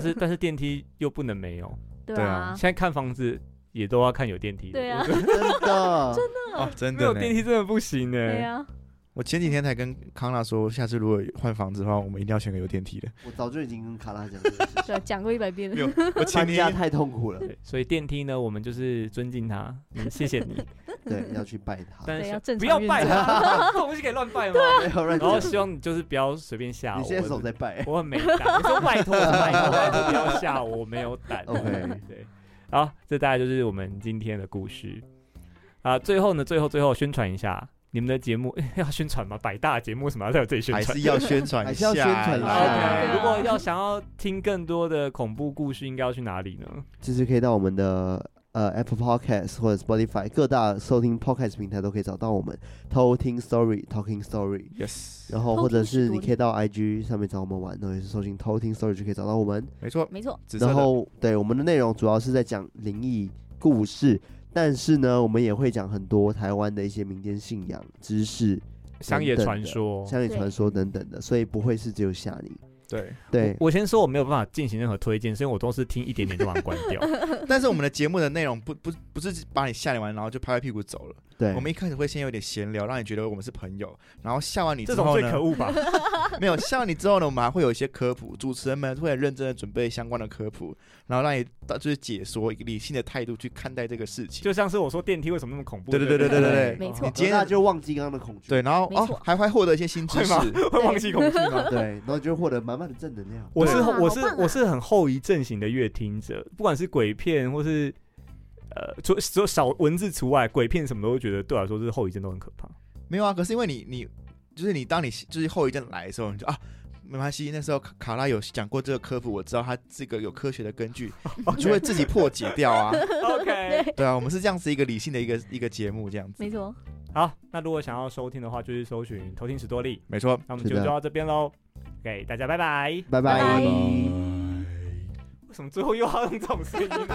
Speaker 3: 是但是电梯又不能没有。
Speaker 6: 对
Speaker 5: 对啊
Speaker 6: 啊
Speaker 3: 现，在看房子也都要看有电梯的。
Speaker 6: 对啊，
Speaker 4: 真的，真的，
Speaker 5: 哦，真
Speaker 3: 没有
Speaker 5: 的
Speaker 3: 电
Speaker 5: 呢。
Speaker 3: 梯真的不行欸呢、
Speaker 6: 对啊，
Speaker 5: 我前几天才跟康纳说，下次如果换房子的话，我们一定要选个有电 梯的。
Speaker 4: 我早就已经跟卡拉讲这个事情，
Speaker 6: 对啊，讲过一百遍
Speaker 5: 没有
Speaker 6: 了。
Speaker 5: 我前
Speaker 4: 搬
Speaker 5: 天
Speaker 4: 家太痛苦了，
Speaker 3: 对所以电梯呢，我们就是尊敬它，嗯谢谢 你。
Speaker 4: 对，要去拜他，
Speaker 3: 但
Speaker 6: 对
Speaker 3: 是
Speaker 6: 要正常
Speaker 3: 不要拜
Speaker 6: 运
Speaker 3: 它，这种东西可以乱拜吗？
Speaker 4: 没有乱
Speaker 3: 然
Speaker 4: 讲。
Speaker 3: 后希望你就是不要随便吓我。
Speaker 4: 你现在手
Speaker 3: 我
Speaker 4: 在拜，
Speaker 3: 我很没胆，我说拜托拜托拜托不要吓我，我没有胆。
Speaker 4: OK
Speaker 3: 对，好，这大概就是我们今天的故事啊。最后呢，最后最后宣传一下你们的节目， 要宣传吗？百大节目为什么要在我这里宣
Speaker 5: 还
Speaker 3: 传
Speaker 5: 是？要宣传
Speaker 4: 还
Speaker 5: 一
Speaker 4: 是要
Speaker 5: 下
Speaker 4: 宣传一
Speaker 5: 啦
Speaker 4: 下
Speaker 6: 啊
Speaker 3: OK，如果要想要听更多的恐怖故事，应该要去哪里呢？
Speaker 4: 就是可以到我们的呃 Apple Podcast 或者 Spotify 各大收听 Podcast 平台都可以找到我们偷听 Story Talking Story，
Speaker 5: Yes，
Speaker 4: 然后
Speaker 6: 偷
Speaker 4: 或者
Speaker 6: 听
Speaker 4: 是
Speaker 6: 史
Speaker 4: 你
Speaker 6: 多
Speaker 4: 可以到 IG 上面找我们玩，然后也是搜寻偷听 Story 就可以找到我们。
Speaker 5: 没错，
Speaker 6: 没错，
Speaker 5: 紫色
Speaker 4: 然
Speaker 5: 的
Speaker 4: 后对我们的内容主要是在讲灵异故事，但是呢，我们也会讲很多台湾的一些民间信仰、知识、
Speaker 3: 乡野传说。
Speaker 4: 乡野
Speaker 6: 对
Speaker 4: 传说等等的，所以不会是只有吓你。
Speaker 5: 对，
Speaker 4: 对，
Speaker 3: 我先说我没有办法进行任何推荐，所以我都是听一点点就把它关 掉。
Speaker 5: 但是我们的节目的内容不不不是把你吓你完，然后就拍拍屁股走了。
Speaker 4: 对，
Speaker 5: 我们一开始会先有点闲聊，让你觉得我们是朋友，然后吓完你之
Speaker 3: 这种
Speaker 5: 后
Speaker 3: 最
Speaker 5: 呢
Speaker 3: 可，恶吧？
Speaker 5: 没有吓完你之后呢，我们还会有一些科普，主持人们会很认真的准备相关的科普，然后让你到就是解说一个理性的态度去看待这个事情。
Speaker 3: 就像是我说电梯为什么那么恐怖？
Speaker 5: 对对对对对对
Speaker 6: 没错
Speaker 5: 你
Speaker 4: 接
Speaker 5: 今
Speaker 4: 着
Speaker 5: 天
Speaker 4: 就忘记刚刚的恐惧，
Speaker 5: 对，然后
Speaker 6: 没错
Speaker 5: 哦还还获得一些新知识，
Speaker 3: 对，会忘记恐惧吗？
Speaker 4: 对，然后就获得满满的正能量。
Speaker 3: 我是
Speaker 6: 对啊
Speaker 3: 我
Speaker 6: 好
Speaker 3: 是
Speaker 6: 棒啊
Speaker 3: 我是很后遗症型的乐听者，不管是鬼片或是呃，除除少文字除外，鬼片什么的，我觉得对我来说，这后遗症都很可 怕。
Speaker 5: 没有啊，可是因为你你就是你，当你就是后遗症来的时候，你就啊。没关系，那时候卡卡拉有讲过这个科普，我知道它这个有科学的根据，你就会自己破解掉啊。
Speaker 3: OK，
Speaker 5: 对啊，我们是这样子一个理性的一个一个节目，这样子。
Speaker 6: 没错，
Speaker 3: 好，那如果想要收听的话，就是搜寻“偷听史多利
Speaker 5: 没错”。，
Speaker 3: 那我们就是就
Speaker 4: 的
Speaker 3: 到这边喽。OK，大家拜拜。
Speaker 4: 拜
Speaker 6: 拜
Speaker 4: 拜
Speaker 6: 拜
Speaker 3: 为什么最后又要用这种声音呢？